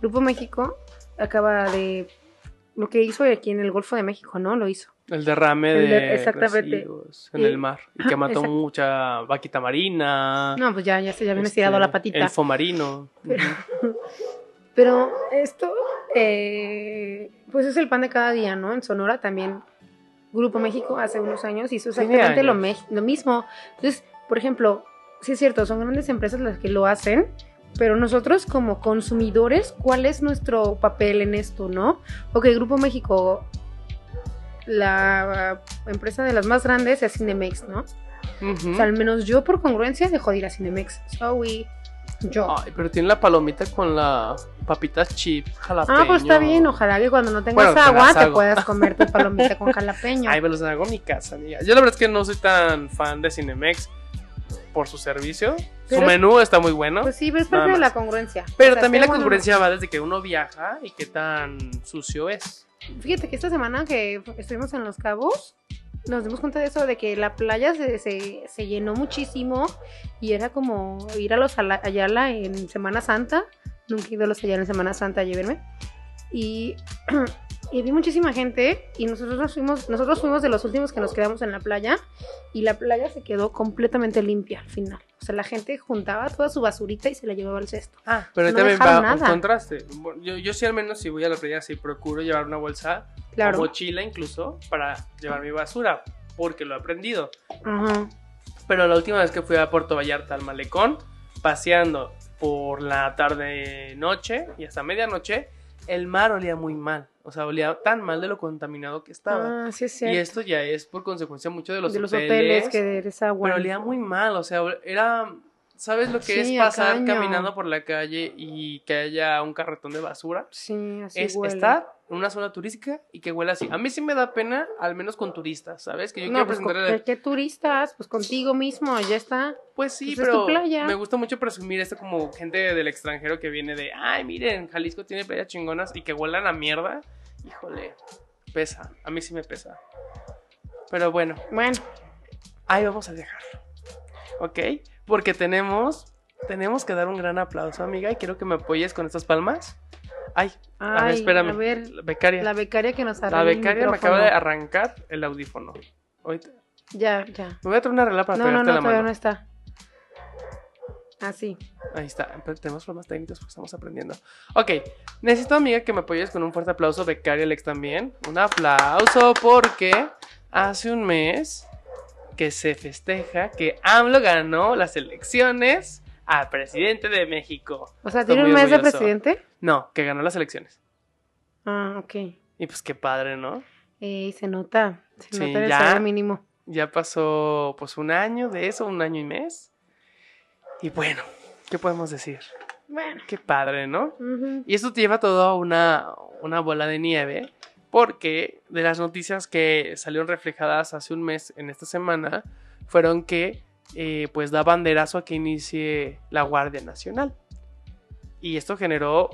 Speaker 2: Grupo México acaba de, lo que hizo aquí en el Golfo de México, ¿no? Lo hizo.
Speaker 1: El derrame
Speaker 2: El
Speaker 1: de,
Speaker 2: de- exactamente.
Speaker 1: residuos en
Speaker 2: Y-
Speaker 1: el mar y que
Speaker 2: Ah,
Speaker 1: mató
Speaker 2: exacto.
Speaker 1: mucha vaquita marina.
Speaker 2: No, pues ya, ya se ya viene
Speaker 1: este,
Speaker 2: estirado la patita.
Speaker 1: El fomarino.
Speaker 2: Pero-
Speaker 1: Ujú.
Speaker 2: Pero esto, eh, pues es el pan de cada día, ¿no? En Sonora también, Grupo México hace unos años hizo
Speaker 1: Tiene
Speaker 2: exactamente lo,
Speaker 1: años.
Speaker 2: me- lo mismo. Entonces, por ejemplo, sí es cierto, son grandes empresas las que lo hacen, pero nosotros como consumidores, ¿cuál es nuestro papel en esto, no? Ok, Grupo México, la ah, empresa de las más grandes es Cinemex, ¿no?
Speaker 1: Ujú.
Speaker 2: O sea, al menos yo por congruencia dejo de ir a Cinemex. Sorry, yo.
Speaker 1: Ay, pero tiene la palomita con la papita chip jalapeño.
Speaker 2: Ah, pues está bien, ojalá que cuando no tengas
Speaker 1: Bueno, te
Speaker 2: agua
Speaker 1: las
Speaker 2: te
Speaker 1: hago.
Speaker 2: puedas comer tu palomita con jalapeño.
Speaker 1: Ay, me los hago en mi casa, amiga. Yo la verdad es que no soy tan fan de Cinemex por su servicio.
Speaker 2: Pero-
Speaker 1: su menú está muy bueno.
Speaker 2: Pues sí, pero es
Speaker 1: Nada
Speaker 2: parte de
Speaker 1: más.
Speaker 2: la congruencia.
Speaker 1: pero
Speaker 2: O sea,
Speaker 1: también la
Speaker 2: tengo una-
Speaker 1: concurrencia va desde que uno viaja y qué tan sucio es.
Speaker 2: Fíjate que esta semana que estuvimos en Los Cabos, nos dimos cuenta de eso, de que la playa se, se- se llenó muchísimo y era como ir a los Ala- Ayala en Semana Santa. Nunca he ido a los Ayala en Semana Santa, llévenme. Y, y vi muchísima gente y nosotros nos fuimos, nosotros fuimos de los últimos que nos quedamos en la playa y la playa se quedó completamente limpia al final. O sea, la gente juntaba toda su basurita y se la llevaba al cesto.
Speaker 1: Ah, pero ahí
Speaker 2: no
Speaker 1: también va
Speaker 2: dejaron
Speaker 1: un
Speaker 2: nada.
Speaker 1: contraste. Bueno, Yo, yo sí al menos si voy a la playa sí procuro llevar una bolsa
Speaker 2: Claro.
Speaker 1: o mochila incluso para llevar mi basura porque lo he aprendido.
Speaker 2: Ajá.
Speaker 1: Pero la última vez que fui a Puerto Vallarta al malecón, paseando por la tarde noche y hasta medianoche, el mar olía muy mal. O sea, olía tan mal de lo contaminado que estaba.
Speaker 2: Ah, sí es
Speaker 1: y
Speaker 2: cierto.
Speaker 1: esto ya es por consecuencia mucho de los,
Speaker 2: de los
Speaker 1: hoteles.
Speaker 2: hoteles, que eres agua.
Speaker 1: Pero olía muy mal, o sea, era... ¿Sabes lo que
Speaker 2: Sí,
Speaker 1: es
Speaker 2: a
Speaker 1: pasar
Speaker 2: caño.
Speaker 1: caminando por la calle y que haya un carretón de basura?
Speaker 2: Sí, así
Speaker 1: es
Speaker 2: huele.
Speaker 1: estar en una zona turística y que huela así. A mí sí me da pena, al menos con turistas, ¿sabes? Que yo
Speaker 2: no,
Speaker 1: quiero
Speaker 2: pues con
Speaker 1: presentarle
Speaker 2: ¿qué turistas, pues contigo mismo, ya está.
Speaker 1: Pues sí,
Speaker 2: Pues es
Speaker 1: pero
Speaker 2: tu playa.
Speaker 1: me gusta mucho presumir esto como gente del extranjero que viene de, ay, miren, Jalisco tiene playas chingonas y que huelan a mierda. Híjole, pesa, a mí sí me pesa. Pero bueno,
Speaker 2: Bueno,
Speaker 1: ahí vamos a dejar. ¿Ok? Porque tenemos, tenemos que dar un gran aplauso, amiga, y quiero que me apoyes con estas palmas. Ay, a ver,
Speaker 2: ay,
Speaker 1: espérame.
Speaker 2: a ver,
Speaker 1: la becaria.
Speaker 2: la
Speaker 1: La,
Speaker 2: becaria que nos arregló
Speaker 1: becaria me acaba de arrancar el audífono. Ahorita-
Speaker 2: Ya, ya.
Speaker 1: Me voy a traer una regla para
Speaker 2: No, no,
Speaker 1: pegarte
Speaker 2: no,
Speaker 1: la
Speaker 2: todavía
Speaker 1: mano.
Speaker 2: no está. Así.
Speaker 1: Ahí está, pero tenemos problemas técnicos porque estamos aprendiendo. Ok, necesito, amiga, que me apoyes con un fuerte aplauso, Becaria Alex también. Un aplauso porque hace un mes que se festeja que AMLO ganó las elecciones a presidente de México.
Speaker 2: O sea,
Speaker 1: Estoy
Speaker 2: tiene un
Speaker 1: muy
Speaker 2: mes de
Speaker 1: orgulloso.
Speaker 2: presidente.
Speaker 1: No, que ganó las elecciones.
Speaker 2: Ah, ok.
Speaker 1: Y pues qué padre, ¿no?
Speaker 2: Ey, se nota, se
Speaker 1: Sí,
Speaker 2: nota el
Speaker 1: ya.
Speaker 2: salario mínimo.
Speaker 1: Ya pasó pues un año de eso, un año y mes. Y bueno, ¿qué podemos decir?
Speaker 2: Bueno.
Speaker 1: Qué padre, ¿no?
Speaker 2: ujú.
Speaker 1: Y eso te lleva todo a una, una bola de nieve, porque de las noticias que salieron reflejadas hace un mes en esta semana, fueron que eh, pues da banderazo a que inicie la Guardia Nacional. Y esto generó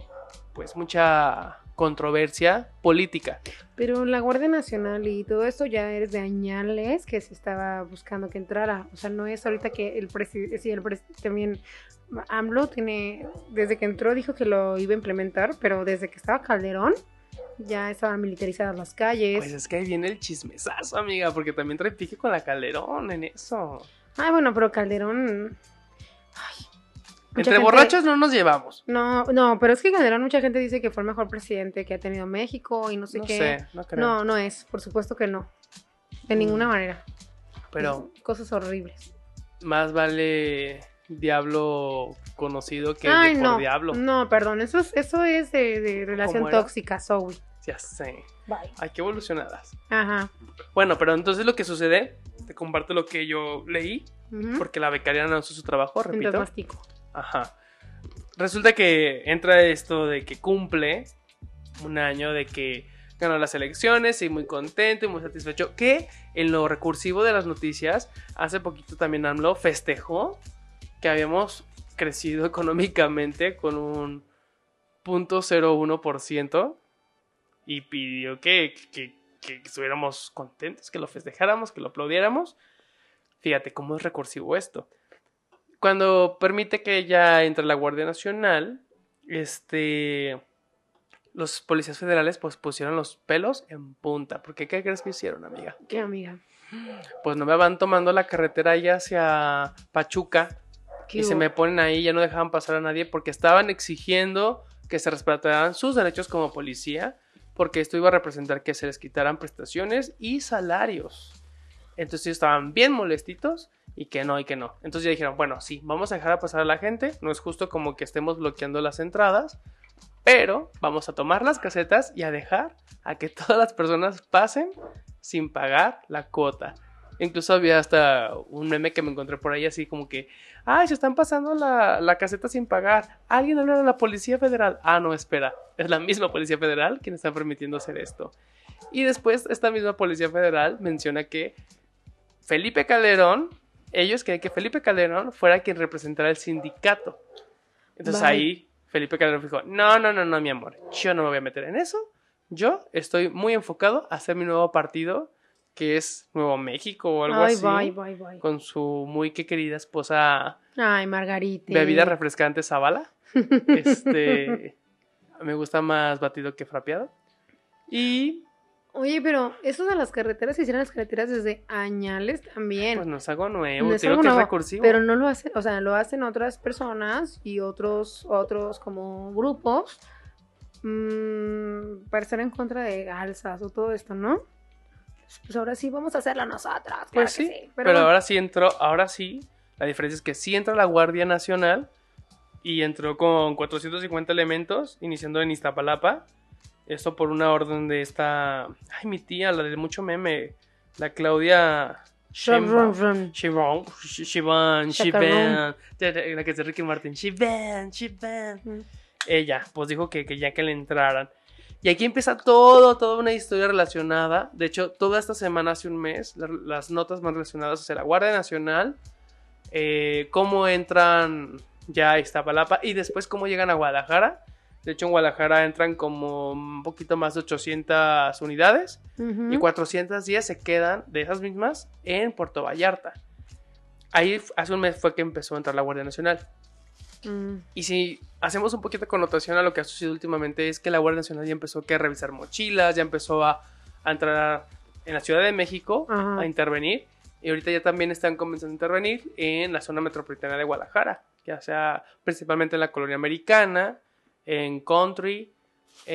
Speaker 1: pues mucha controversia política.
Speaker 2: Pero la Guardia Nacional y todo esto ya es de añales que se estaba buscando que entrara. O sea, no es ahorita que el presidente, sí, el presi- también AMLO tiene, desde que entró dijo que lo iba a implementar, pero desde que estaba Calderón ya estaban militarizadas las calles.
Speaker 1: Pues es que ahí viene el chismesazo, amiga, porque también trae pique con la Calderón en eso.
Speaker 2: Ay, Ah, bueno, pero Calderón... ay, mucha
Speaker 1: Entre
Speaker 2: gente-
Speaker 1: borrachos no nos llevamos.
Speaker 2: No, no, pero es que Calderón mucha gente dice que fue el mejor presidente que ha tenido México y no sé
Speaker 1: no
Speaker 2: qué.
Speaker 1: sé, no creo.
Speaker 2: no, no es, por supuesto que no. De
Speaker 1: Mm.
Speaker 2: ninguna manera.
Speaker 1: Pero
Speaker 2: Cosas horribles.
Speaker 1: más vale diablo conocido que
Speaker 2: Ay,
Speaker 1: por
Speaker 2: no. Mm.
Speaker 1: diablo.
Speaker 2: No, perdón, eso es, eso es de, de relación
Speaker 1: ¿Cómo era?
Speaker 2: tóxica, Zoe.
Speaker 1: Ya sé.
Speaker 2: Bye.
Speaker 1: Ay, qué evolucionadas.
Speaker 2: Ajá.
Speaker 1: Bueno, pero entonces lo que sucede, te comparto lo que yo leí,
Speaker 2: Ujú.
Speaker 1: porque la becaria no hizo su trabajo,
Speaker 2: Entonces
Speaker 1: repito.
Speaker 2: mastico.
Speaker 1: Ajá. Resulta que entra esto de que cumple un año de que ganó las elecciones y muy contento y muy satisfecho. Que en lo recursivo de las noticias, hace poquito también AMLO festejó que habíamos crecido económicamente con un 0.01% y pidió que, que, que estuviéramos contentos, que lo festejáramos, que lo aplaudiéramos. Fíjate cómo es recursivo esto cuando permite que ya entre la Guardia Nacional, este, los policías federales pues pusieron los pelos en punta. Porque ¿qué crees que hicieron, amiga?
Speaker 2: ¿Qué amiga?
Speaker 1: Pues no me van tomando la carretera allá hacia Pachuca
Speaker 2: ¿Qué
Speaker 1: y se
Speaker 2: hubo?
Speaker 1: me ponen ahí, ya no dejaban pasar a nadie porque estaban exigiendo que se respetaran sus derechos como policía, porque esto iba a representar que se les quitaran prestaciones y salarios. Entonces ellos estaban bien molestitos y que no, y que no. Entonces ya dijeron, bueno, sí, vamos a dejar a pasar a la gente, no es justo como que estemos bloqueando las entradas, pero vamos a tomar las casetas y a dejar a que todas las personas pasen sin pagar la cuota. Incluso había hasta un meme que me encontré por ahí así como que, ay, se están pasando la, la caseta sin pagar. Alguien habla a la Policía Federal. Ah, no, espera, es la misma Policía Federal quien está permitiendo hacer esto. Y después esta misma Policía Federal menciona que Felipe Calderón, ellos querían que Felipe Calderón fuera quien representara el sindicato. Entonces
Speaker 2: Vale.
Speaker 1: ahí Felipe Calderón dijo, no, no, no, no, mi amor, yo no me voy a meter en eso. Yo estoy muy enfocado a hacer mi nuevo partido, que es Nuevo México o algo
Speaker 2: Ay,
Speaker 1: así,
Speaker 2: bye, bye, bye.
Speaker 1: con su muy que querida esposa
Speaker 2: Ay, Margarita.
Speaker 1: Bebida refrescante Zavala. Este. me gusta más batido que frapeado. Y.
Speaker 2: Oye, pero eso de las carreteras se hicieron las carreteras desde añales también.
Speaker 1: Pues no es algo nuevo.
Speaker 2: No es
Speaker 1: Te digo
Speaker 2: algo
Speaker 1: que es
Speaker 2: nuevo,
Speaker 1: recursivo.
Speaker 2: pero no lo hacen, o sea, lo hacen otras personas y otros, otros como grupos mm, para estar en contra de alzas o todo esto, ¿no? Pues ahora sí vamos a hacerlo nosotras. claro
Speaker 1: Pues
Speaker 2: que
Speaker 1: sí,
Speaker 2: pero,
Speaker 1: Pero ahora sí entró. Ahora sí. La diferencia es que sí entra la Guardia Nacional. Y entró con 450 elementos. Iniciando en Iztapalapa. Esto por una orden de esta. Ay, mi tía, la de mucho meme. La Claudia.
Speaker 2: Run,
Speaker 1: Sheinbaum.
Speaker 2: run, run.
Speaker 1: Shivan, Shivan, Shivan,
Speaker 2: Chacarrón.
Speaker 1: la que es de Ricky Martin, Shivan, Shivan.
Speaker 2: Mm.
Speaker 1: Ella, pues dijo que, que ya que le entraran. Y aquí empieza todo, toda una historia relacionada. De hecho, toda esta semana, hace un mes, la- las notas más relacionadas hacia la Guardia Nacional, eh, cómo entran ya a Iztapalapa y después cómo llegan a Guadalajara. De hecho, en Guadalajara entran como un poquito más de 800 unidades
Speaker 2: Ujú.
Speaker 1: y 410 se quedan de esas mismas en Puerto Vallarta. Ahí f- hace un mes fue que empezó a entrar la Guardia Nacional.
Speaker 2: Mm.
Speaker 1: Y si hacemos un poquito de connotación a lo que ha sucedido últimamente, es que la Guardia Nacional ya empezó que a revisar mochilas, ya empezó a, a entrar en la Ciudad de México
Speaker 2: Ajá.
Speaker 1: a intervenir. Y ahorita ya también están comenzando a intervenir en la zona metropolitana de Guadalajara, ya sea principalmente en la colonia americana, en country,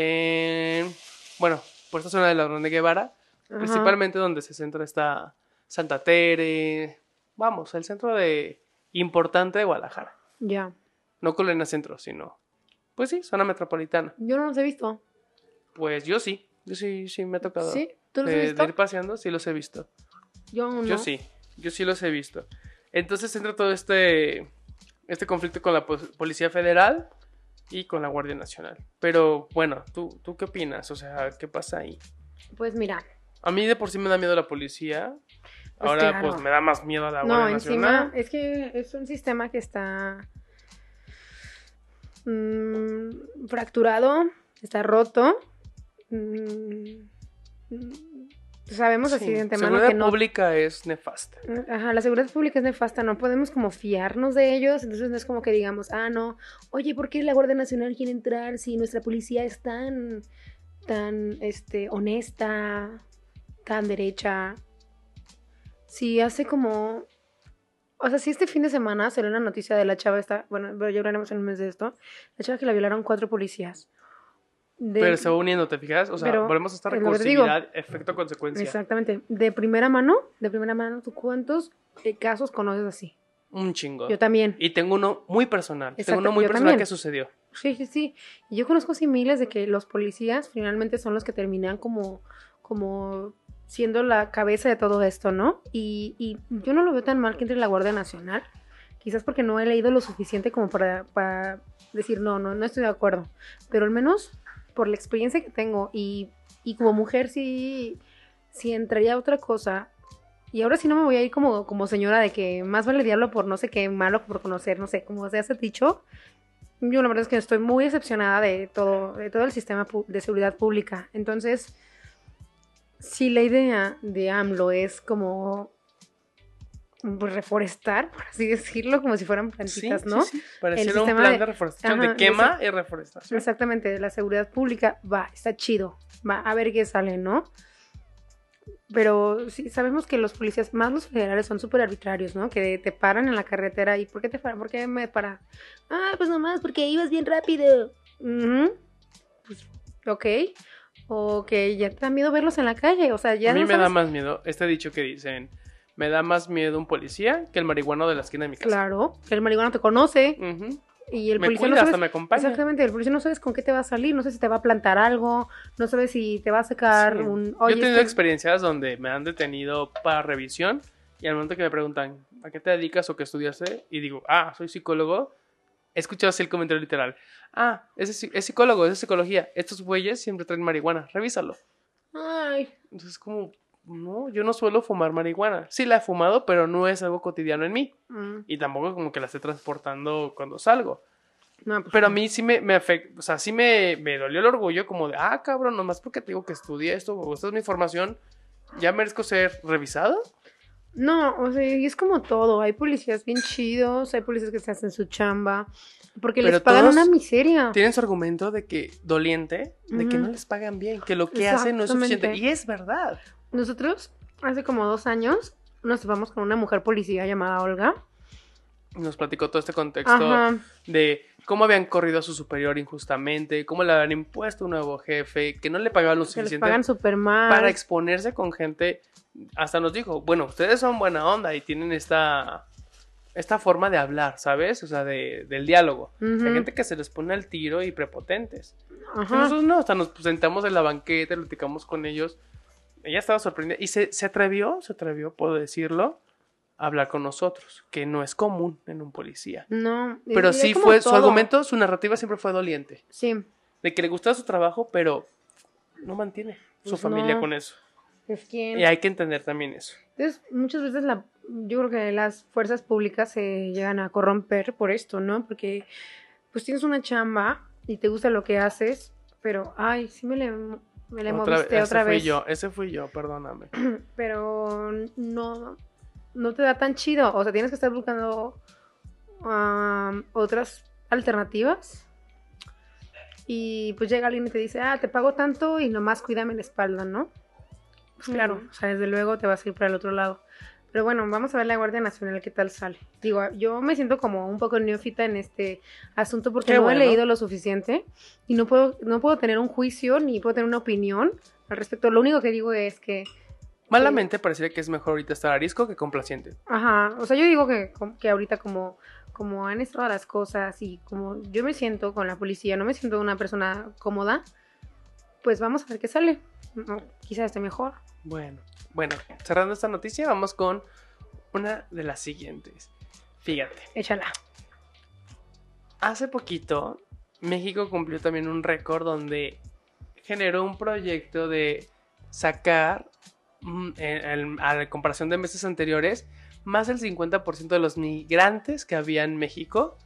Speaker 1: en. Bueno, por esta zona de Ladrón de Guevara,
Speaker 2: Ajá.
Speaker 1: Principalmente donde se centra esta Santa Tere. Vamos, el centro de importante de Guadalajara.
Speaker 2: Ya.
Speaker 1: No colonia centro, sino. Pues sí, zona metropolitana.
Speaker 2: Yo no los he visto.
Speaker 1: Pues yo sí. Yo sí, sí me ha tocado.
Speaker 2: ¿Sí? ¿Tú los
Speaker 1: de,
Speaker 2: has
Speaker 1: Eh, de
Speaker 2: visto?
Speaker 1: ir paseando, sí los he visto.
Speaker 2: Yo aún no.
Speaker 1: Yo sí. Yo sí los he visto. Entonces entra todo este. Este conflicto con la pos- Policía Federal y con la Guardia Nacional. Pero bueno, ¿tú, ¿tú qué opinas? O sea, ¿qué pasa ahí?
Speaker 2: Pues mira,
Speaker 1: A mí de por sí me da miedo la policía.
Speaker 2: Pues
Speaker 1: Ahora
Speaker 2: claro.
Speaker 1: pues me da más miedo la Guardia
Speaker 2: no,
Speaker 1: Nacional.
Speaker 2: encima es que es un sistema que está mm, fracturado, está roto. Mm, mm, sabemos así de
Speaker 1: Sí.
Speaker 2: antemano
Speaker 1: Seguridad
Speaker 2: que no.
Speaker 1: pública es nefasta.
Speaker 2: Ajá, la seguridad pública es nefasta, no podemos como fiarnos de ellos, entonces no es como que digamos, ah, no, oye, ¿por qué la Guardia Nacional quiere entrar si nuestra policía es tan, tan, este, honesta, tan derecha? Sí, hace como, o sea, sí este fin de semana salió una noticia de la chava esta, bueno, pero ya hablaremos en un mes de esto, la chava que la violaron cuatro policías. De-
Speaker 1: Pero se va uniendo, ¿te fijas? O sea,
Speaker 2: pero
Speaker 1: volvemos a esta
Speaker 2: es lo que te digo.
Speaker 1: recursividad, efecto, consecuencia.
Speaker 2: Exactamente. De primera mano, de primera mano, ¿tú cuántos eh, casos conoces así?
Speaker 1: un chingo.
Speaker 2: Yo también.
Speaker 1: Y tengo uno muy personal. tengo
Speaker 2: Exacto,
Speaker 1: uno muy
Speaker 2: yo
Speaker 1: personal
Speaker 2: también.
Speaker 1: que sucedió.
Speaker 2: Sí, sí, sí. Y Yo conozco así miles de que los policías finalmente son los que terminan como, como siendo la cabeza de todo esto, ¿no? Y, y yo no lo veo tan mal que entre la Guardia Nacional. Quizás porque no he leído lo suficiente como para, para decir, no, no, no estoy de acuerdo. Pero al menos por la experiencia que tengo y, y como mujer sí, sí entraría a otra cosa. Y ahora sí no me voy a ir como, como señora de que más vale diablo por no sé qué malo que por conocer, no sé, como se hace dicho. Yo la verdad es que estoy muy decepcionada de todo, de todo el sistema pu- de seguridad pública. Entonces, si la idea de AMLO es como pues, reforestar, por así decirlo, como si fueran plantitas,
Speaker 1: Sí,
Speaker 2: ¿no?
Speaker 1: sí, sí. Pareciera un
Speaker 2: sistema
Speaker 1: plan de,
Speaker 2: de-
Speaker 1: reforestación,
Speaker 2: Ajá,
Speaker 1: de quema y reforestación.
Speaker 2: Exactamente, de la seguridad pública, va, está chido, va, a ver qué sale, ¿no? Pero sí, sabemos que los policías, más los federales, son súper arbitrarios, ¿no? Que te paran en la carretera y ¿por qué te paran? ¿Por qué me para? Ah, pues nomás, porque ibas bien rápido. Ujú. Pues, ok. O que ya te da miedo verlos en la calle, o sea, ya
Speaker 1: a mí
Speaker 2: no
Speaker 1: me da
Speaker 2: sabes-
Speaker 1: más miedo este dicho que dicen, me da más miedo un policía que el marihuano de la esquina de mi casa.
Speaker 2: Claro, que el marihuana te conoce
Speaker 1: Ujú.
Speaker 2: y el
Speaker 1: me
Speaker 2: policía
Speaker 1: cuida,
Speaker 2: no sabes
Speaker 1: hasta me acompaña.
Speaker 2: Exactamente, el policía no sabes con qué te va a salir, no sé si te va a plantar algo, no sabes si te va a sacar
Speaker 1: Sí.
Speaker 2: un...
Speaker 1: Yo he tenido
Speaker 2: este-
Speaker 1: experiencias donde me han detenido para revisión y al momento que me preguntan, ¿a qué te dedicas o qué estudiaste? Y digo, ah, soy psicólogo. He escuchado así el comentario literal. Ah, ese es, es psicólogo, es psicología. Estos güeyes siempre traen marihuana, revísalo.
Speaker 2: Ay,
Speaker 1: Entonces, como, no, yo no suelo fumar marihuana. Sí la he fumado, pero no es algo cotidiano en mí.
Speaker 2: mm,
Speaker 1: Y tampoco como que la esté transportando cuando salgo.
Speaker 2: no, pues,
Speaker 1: Pero a mí sí me, me afecta, o sea, sí me, me dolió el orgullo, como de, ah, cabrón, nomás porque te digo que estudié esto, o esta es mi formación, ¿ya merezco ser revisado?
Speaker 2: No, o sea, y es como todo, hay policías bien chidos, hay policías que se hacen su chamba, porque les
Speaker 1: Pero
Speaker 2: pagan
Speaker 1: todos
Speaker 2: una miseria.
Speaker 1: Tienen su argumento de que, doliente, de que
Speaker 2: Ah. Ujú.
Speaker 1: no les pagan bien, que lo que hacen no es
Speaker 2: Exactamente.
Speaker 1: suficiente. Y es verdad.
Speaker 2: Nosotros, hace como dos años, nos topamos con una mujer policía llamada Olga.
Speaker 1: Nos platicó todo este contexto
Speaker 2: Ajá,
Speaker 1: de cómo habían corrido a su superior injustamente, cómo le habían impuesto un nuevo jefe, que no le pagaban lo
Speaker 2: que les
Speaker 1: suficiente
Speaker 2: pagan súper mal.
Speaker 1: para exponerse con gente. Hasta nos dijo, bueno, ustedes son buena onda y tienen esta, esta forma de hablar, ¿sabes? O sea, de- del diálogo.
Speaker 2: Ujú,
Speaker 1: Hay gente que se les pone al tiro y prepotentes.
Speaker 2: ajá.
Speaker 1: Pero Nosotros no, hasta nos sentamos en la banqueta, platicamos con ellos. Ella estaba sorprendida y se, se atrevió, se atrevió, puedo decirlo, a hablar con nosotros, que no es común en un policía.
Speaker 2: No, y- y
Speaker 1: Pero
Speaker 2: hay
Speaker 1: sí
Speaker 2: como
Speaker 1: fue, su
Speaker 2: todo.
Speaker 1: argumento, su narrativa siempre fue doliente.
Speaker 2: Sí,
Speaker 1: De que le gustaba su trabajo, pero no mantiene su
Speaker 2: Pues
Speaker 1: familia
Speaker 2: no.
Speaker 1: con eso.
Speaker 2: es que...
Speaker 1: Y hay que entender también eso.
Speaker 2: Entonces, muchas veces la, yo creo que las fuerzas públicas se llegan a corromper por esto, ¿no? Porque pues tienes una chamba y te gusta lo que haces, pero, ay, sí me le, me le moviste
Speaker 1: ese
Speaker 2: otra
Speaker 1: fui
Speaker 2: vez.
Speaker 1: yo, ese fui yo, perdóname.
Speaker 2: Pero no, no te da tan chido. O sea, tienes que estar buscando am, otras alternativas. Y pues llega alguien y te dice, ah, te pago tanto y nomás cuídame la espalda, ¿no? Pues claro,
Speaker 1: Ujú.
Speaker 2: o sea, desde luego te vas a ir para el otro lado. Pero bueno, vamos a ver la Guardia Nacional qué tal sale. Digo, yo me siento como un poco neófita en este asunto
Speaker 1: Qué
Speaker 2: porque no
Speaker 1: bueno.
Speaker 2: he leído lo suficiente y no puedo, no puedo tener un juicio ni puedo tener una opinión al respecto. Lo único que digo es que
Speaker 1: Malamente pareciera que es mejor ahorita estar arisco que complaciente.
Speaker 2: Ajá, o sea, yo digo que, com- que ahorita como, como han estado las cosas y como yo me siento con la policía, no me siento una persona cómoda, pues vamos a ver qué sale. No, quizás esté mejor.
Speaker 1: Bueno, bueno, cerrando esta noticia, vamos con una de las siguientes. Fíjate,
Speaker 2: Échala.
Speaker 1: hace poquito México cumplió también un récord donde generó un proyecto de sacar, mm, en- en- a la comparación de meses anteriores, más del 50% de los migrantes que había en México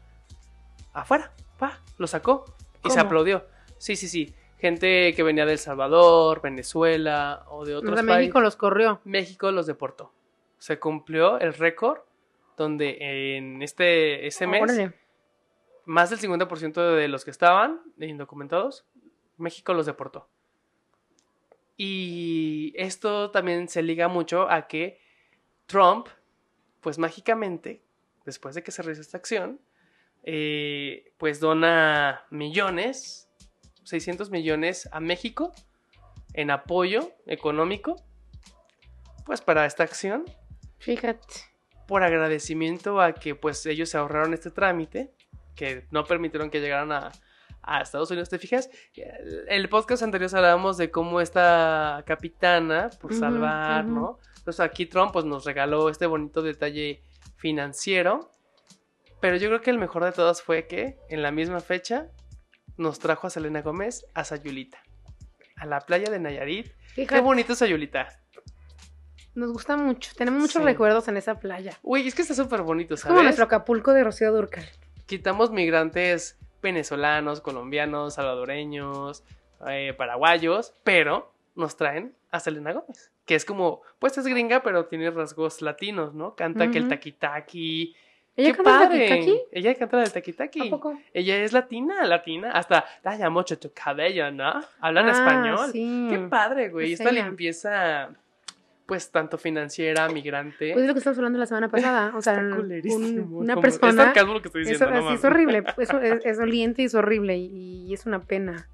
Speaker 1: afuera. Pa, lo sacó y se
Speaker 2: ¿Cómo?
Speaker 1: aplaudió. Sí, sí, sí. Gente que venía de El Salvador, Venezuela o de
Speaker 2: O
Speaker 1: otros
Speaker 2: sea,
Speaker 1: países.
Speaker 2: México los corrió.
Speaker 1: México los deportó. Se cumplió el récord donde en este ese mes
Speaker 2: Ah, Órale.
Speaker 1: más del 50% de los que estaban indocumentados México los deportó. Y esto también se liga mucho a que Trump, pues mágicamente, después de que se realiza esta acción, eh, pues dona millones, 600 millones a México en apoyo económico, pues para esta acción.
Speaker 2: Fíjate.
Speaker 1: por agradecimiento a que pues ellos se ahorraron este trámite, que no permitieron que llegaran a, a Estados Unidos. ¿Te fijas? El, el podcast anterior hablábamos de cómo esta capitana, por
Speaker 2: Ujú,
Speaker 1: salvar,
Speaker 2: ujú.
Speaker 1: ¿no? Entonces aquí Trump pues nos regaló este bonito detalle financiero. Pero yo creo que el mejor de todas fue que en la misma fecha nos trajo a Selena Gómez a Sayulita. A la playa de Nayarit. Qué
Speaker 2: Fíjate,
Speaker 1: bonito Sayulita.
Speaker 2: nos gusta mucho. Tenemos muchos
Speaker 1: Sí.
Speaker 2: recuerdos en esa playa.
Speaker 1: Uy, es que está súper bonito,
Speaker 2: Es como
Speaker 1: ¿sabes?
Speaker 2: nuestro Acapulco de Rocío Durcal.
Speaker 1: quitamos migrantes venezolanos, colombianos, salvadoreños, eh, paraguayos, pero nos traen a Selena Gómez, que es como, pues es gringa, pero tiene rasgos latinos, ¿no? Canta que el
Speaker 2: Ujú.
Speaker 1: taquitaqui.
Speaker 2: ¿Ella
Speaker 1: ¡Qué
Speaker 2: canta
Speaker 1: padre!
Speaker 2: el aquí?
Speaker 1: Ella canta el
Speaker 2: ¿A
Speaker 1: taquitaqui.
Speaker 2: poco?
Speaker 1: Ella es latina, latina. Hasta la llamo tu cabello, ¿no? Hablan
Speaker 2: Ah,
Speaker 1: español.
Speaker 2: sí.
Speaker 1: Qué padre, güey.
Speaker 2: Es
Speaker 1: Esta
Speaker 2: ella.
Speaker 1: limpieza, pues tanto financiera, migrante.
Speaker 2: Pues es lo que estamos hablando la semana pasada. O sea,
Speaker 1: Está
Speaker 2: un-
Speaker 1: culerísimo.
Speaker 2: una
Speaker 1: Como- Es
Speaker 2: persona.
Speaker 1: sarcasmo lo que estoy
Speaker 2: Eso,
Speaker 1: diciendo, no
Speaker 2: así es
Speaker 1: mames.
Speaker 2: horrible. Es, es, es doliente y es horrible. Y, y es una pena.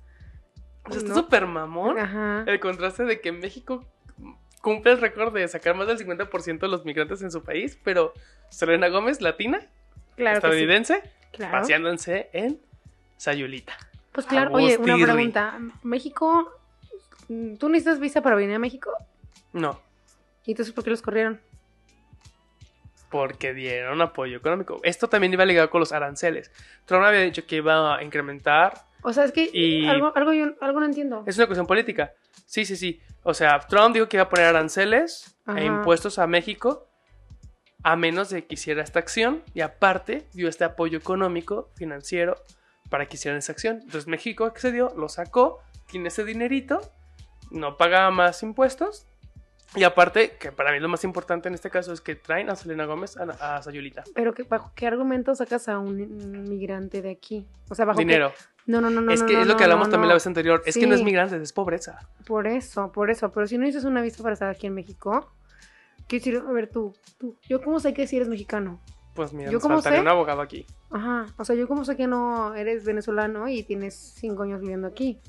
Speaker 1: O sea, está
Speaker 2: ¿no?
Speaker 1: súper mamón
Speaker 2: Ajá.
Speaker 1: el contraste de que México cumple el récord de sacar más del 50% de los migrantes en su país, pero Selena Gómez, latina,
Speaker 2: Claro. que sí,
Speaker 1: estadounidense,
Speaker 2: claro.
Speaker 1: paseándose en Sayulita.
Speaker 2: Pues claro, oye, una
Speaker 1: Agustirri.
Speaker 2: pregunta. México, mm, ¿tú necesitas visa para venir a México?
Speaker 1: No,
Speaker 2: ¿Y entonces por qué los corrieron?
Speaker 1: porque dieron apoyo económico. Esto también iba ligado con los aranceles. Trump había dicho que iba a incrementar.
Speaker 2: O sea, es que
Speaker 1: Y-
Speaker 2: algo, algo, yo- algo no entiendo.
Speaker 1: Es una cuestión política. Sí, sí, sí. O sea, Trump dijo que iba a poner aranceles
Speaker 2: Ajá.
Speaker 1: e impuestos a México a menos de que hiciera esta acción y aparte dio este apoyo económico, financiero, para que hicieran esa acción. Entonces México accedió, lo sacó, tiene ese dinerito, no paga más impuestos y aparte, que para mí lo más importante en este caso es que traen a Selena Gómez a, a Sayulita.
Speaker 2: Pero que, ¿bajo qué argumento sacas a un migrante de aquí? O sea, bajo qué-
Speaker 1: Dinero.
Speaker 2: No, no, no, no.
Speaker 1: es
Speaker 2: no,
Speaker 1: que
Speaker 2: no,
Speaker 1: es lo que
Speaker 2: no,
Speaker 1: hablamos
Speaker 2: no,
Speaker 1: también
Speaker 2: no.
Speaker 1: la vez anterior. Es que no es
Speaker 2: Sí.
Speaker 1: migrantes, es pobreza.
Speaker 2: Por eso, por eso. Pero si no dices una visa para estar aquí en México, ¿qué decir? A ver, tú, tú. ¿Yo cómo sé que si eres mexicano?
Speaker 1: Pues mira,
Speaker 2: ¿Yo
Speaker 1: nos
Speaker 2: cómo
Speaker 1: faltaría
Speaker 2: sé?
Speaker 1: un abogado aquí.
Speaker 2: Ajá. O sea, ¿yo cómo sé que no eres venezolano y tienes cinco años viviendo aquí?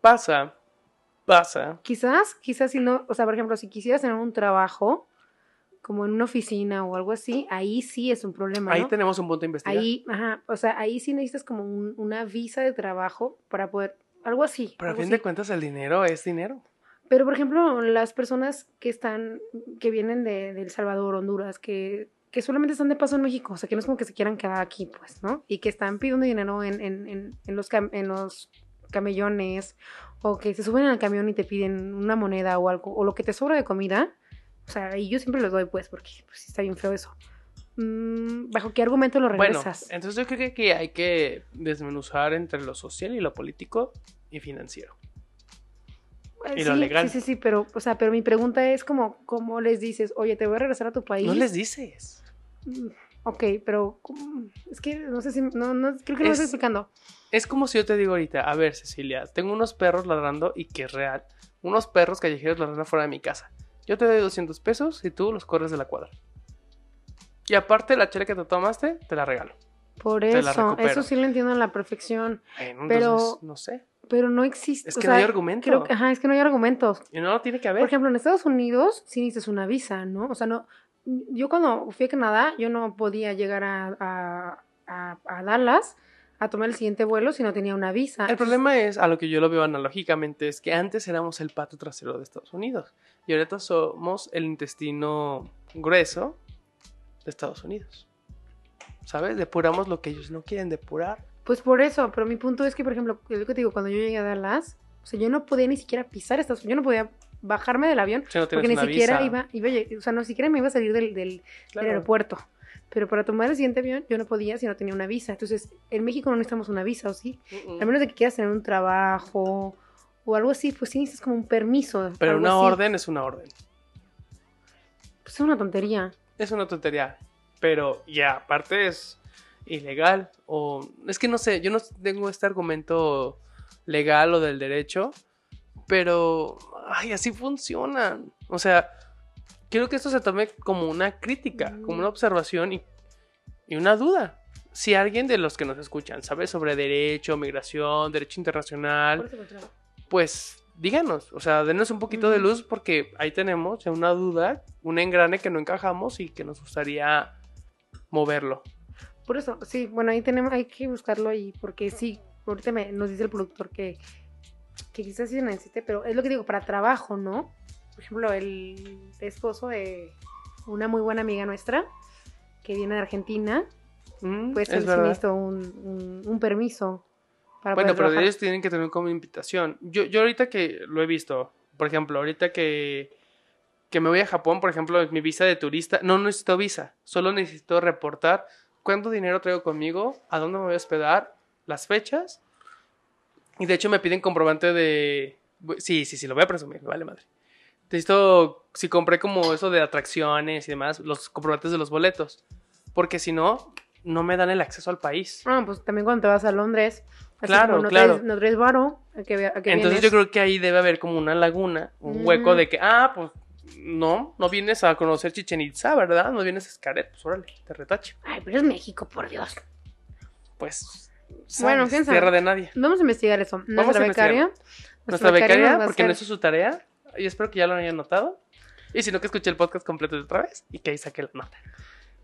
Speaker 1: Pasa, pasa,
Speaker 2: Quizás, quizás si no, o sea, por ejemplo, si quisieras tener un trabajo, como en una oficina o algo así, ahí sí es un problema.
Speaker 1: Ahí
Speaker 2: ¿no?
Speaker 1: tenemos un punto de investigación.
Speaker 2: Ahí, ajá, o sea, ahí sí necesitas como un- una visa de trabajo para poder, algo así.
Speaker 1: Pero a
Speaker 2: algo
Speaker 1: fin
Speaker 2: así.
Speaker 1: de cuentas el dinero es dinero.
Speaker 2: Pero, por ejemplo, las personas que están, que vienen de, de El Salvador, Honduras, que, que solamente están de paso en México, o sea, que no es como que se quieran quedar aquí, pues, ¿no? Y que están pidiendo dinero en, en, en, en los, cam- en los camellones, o que se suben al camión y te piden una moneda o algo, o lo que te sobra de comida, o sea, y yo siempre los doy, pues, porque pues, sí está bien feo eso. Mm, ¿Bajo qué argumento lo
Speaker 1: Bueno,
Speaker 2: regresas?
Speaker 1: entonces yo creo que aquí hay que desmenuzar entre lo social y lo político y financiero.
Speaker 2: Pues
Speaker 1: y lo
Speaker 2: sí,
Speaker 1: legal.
Speaker 2: Sí, sí, sí, pero, o sea, pero mi pregunta es como, ¿cómo les dices? Oye, te voy a regresar a tu país.
Speaker 1: No les dices.
Speaker 2: Mm, Ok, pero ¿cómo? es que no sé si, no, no, creo que no me
Speaker 1: Es-
Speaker 2: estoy explicando.
Speaker 1: Es como si yo te digo ahorita, a ver Cecilia, tengo unos perros ladrando y que es real. Unos perros callejeros ladrando fuera de mi casa. Yo te doy 200 pesos y tú los corres de la cuadra. Y aparte la chela que te tomaste, te la regalo.
Speaker 2: Por
Speaker 1: Te la
Speaker 2: eso,
Speaker 1: recupero.
Speaker 2: eso sí lo entiendo a la perfección,
Speaker 1: Bueno,
Speaker 2: Pero-
Speaker 1: entonces, no sé.
Speaker 2: pero no existe.
Speaker 1: Es
Speaker 2: o
Speaker 1: que
Speaker 2: sea,
Speaker 1: no hay argumento.
Speaker 2: creo que- ajá, es que no hay argumentos.
Speaker 1: Y no tiene que haber.
Speaker 2: Por ejemplo, en Estados Unidos sí necesitas una visa, ¿no? O sea, no, yo cuando fui a Canadá, yo no podía llegar a, a, a- a Dallas a tomar el siguiente vuelo si no tenía una visa.
Speaker 1: El problema es, a lo que yo lo veo analógicamente, es que antes éramos el pato trasero de Estados Unidos y ahorita somos el intestino grueso de Estados Unidos. ¿Sabes? Depuramos lo que ellos no quieren depurar.
Speaker 2: Pues por eso, pero mi punto es que, por ejemplo, es lo que te digo, cuando yo llegué a Dallas, o sea, yo no podía ni siquiera pisar Estados Unidos, yo no podía bajarme del avión
Speaker 1: Si no tienes
Speaker 2: Porque ni
Speaker 1: una
Speaker 2: siquiera
Speaker 1: visa.
Speaker 2: iba, iba a lleg- o sea, no siquiera me iba a salir del, del- del
Speaker 1: Claro.
Speaker 2: aeropuerto. Pero para tomar el siguiente avión yo no podía si no tenía una visa. Entonces, en México no necesitamos una visa, ¿o sí?
Speaker 1: Mm, mm.
Speaker 2: A menos de que quieras tener un trabajo o algo así, pues sí necesitas como un permiso.
Speaker 1: Pero
Speaker 2: algo
Speaker 1: una
Speaker 2: así.
Speaker 1: orden es una orden.
Speaker 2: Pues es una tontería.
Speaker 1: Es una tontería. Pero ya, aparte es ilegal. O. Es que no sé, yo no tengo este argumento legal o del derecho. Pero. Ay, así funcionan. O sea, quiero que esto se tome como una crítica,
Speaker 2: Mm.
Speaker 1: como una observación y, y una duda. Si alguien de los que nos escuchan sabe sobre derecho, migración, derecho internacional, pues díganos, o sea, denos un poquito de
Speaker 2: Ujú.
Speaker 1: luz porque ahí tenemos una duda, un engrane que no encajamos y que nos gustaría moverlo.
Speaker 2: Por eso, sí, bueno, ahí tenemos, hay que buscarlo ahí, porque sí, ahorita me- nos dice el productor que, que quizás sí se necesite, pero es lo que digo, para trabajo, ¿no? Por ejemplo, el esposo de una muy buena amiga nuestra, que viene de Argentina,
Speaker 1: Mm,
Speaker 2: pues él
Speaker 1: es
Speaker 2: sí
Speaker 1: verdad.
Speaker 2: necesitó un, un- un permiso para
Speaker 1: Bueno,
Speaker 2: poder
Speaker 1: pero
Speaker 2: trabajar.
Speaker 1: ellos tienen que tener como invitación. Yo, yo ahorita que lo he visto, por ejemplo, ahorita que, que me voy a Japón, por ejemplo, mi visa de turista, no necesito visa, solo necesito reportar cuánto dinero traigo conmigo, a dónde me voy a hospedar, las fechas. Y de hecho me piden comprobante de... Sí, sí, sí, lo voy a presumir, me vale madre. Necesito, si compré como eso de atracciones y demás, los comprobantes de los boletos. Porque si no, no me dan el acceso al país.
Speaker 2: Ah, pues también cuando te vas a Londres, así
Speaker 1: Claro,
Speaker 2: como no
Speaker 1: claro.
Speaker 2: traes, no traes varo, a que, vea- a que
Speaker 1: Entonces yo
Speaker 2: vienes.
Speaker 1: creo que ahí debe haber como una laguna, un hueco
Speaker 2: Ujú.
Speaker 1: de que, ah, pues no, no vienes a conocer Chichen Itza, ¿verdad? No vienes a Escaret, pues órale, te retache.
Speaker 2: Ay, pero es México, por Dios.
Speaker 1: Pues,
Speaker 2: Bueno,
Speaker 1: bueno,
Speaker 2: quién sabe.
Speaker 1: tierra de nadie.
Speaker 2: Vamos a investigar eso. Nuestra
Speaker 1: Vamos a investigar.
Speaker 2: becaria.
Speaker 1: Nuestra
Speaker 2: nos
Speaker 1: becaria,
Speaker 2: va a
Speaker 1: porque no
Speaker 2: Pues hacer-
Speaker 1: hizo su tarea, y espero que ya lo hayan notado. Y si no, que escuché el podcast completo de otra vez y que ahí saqué la nota.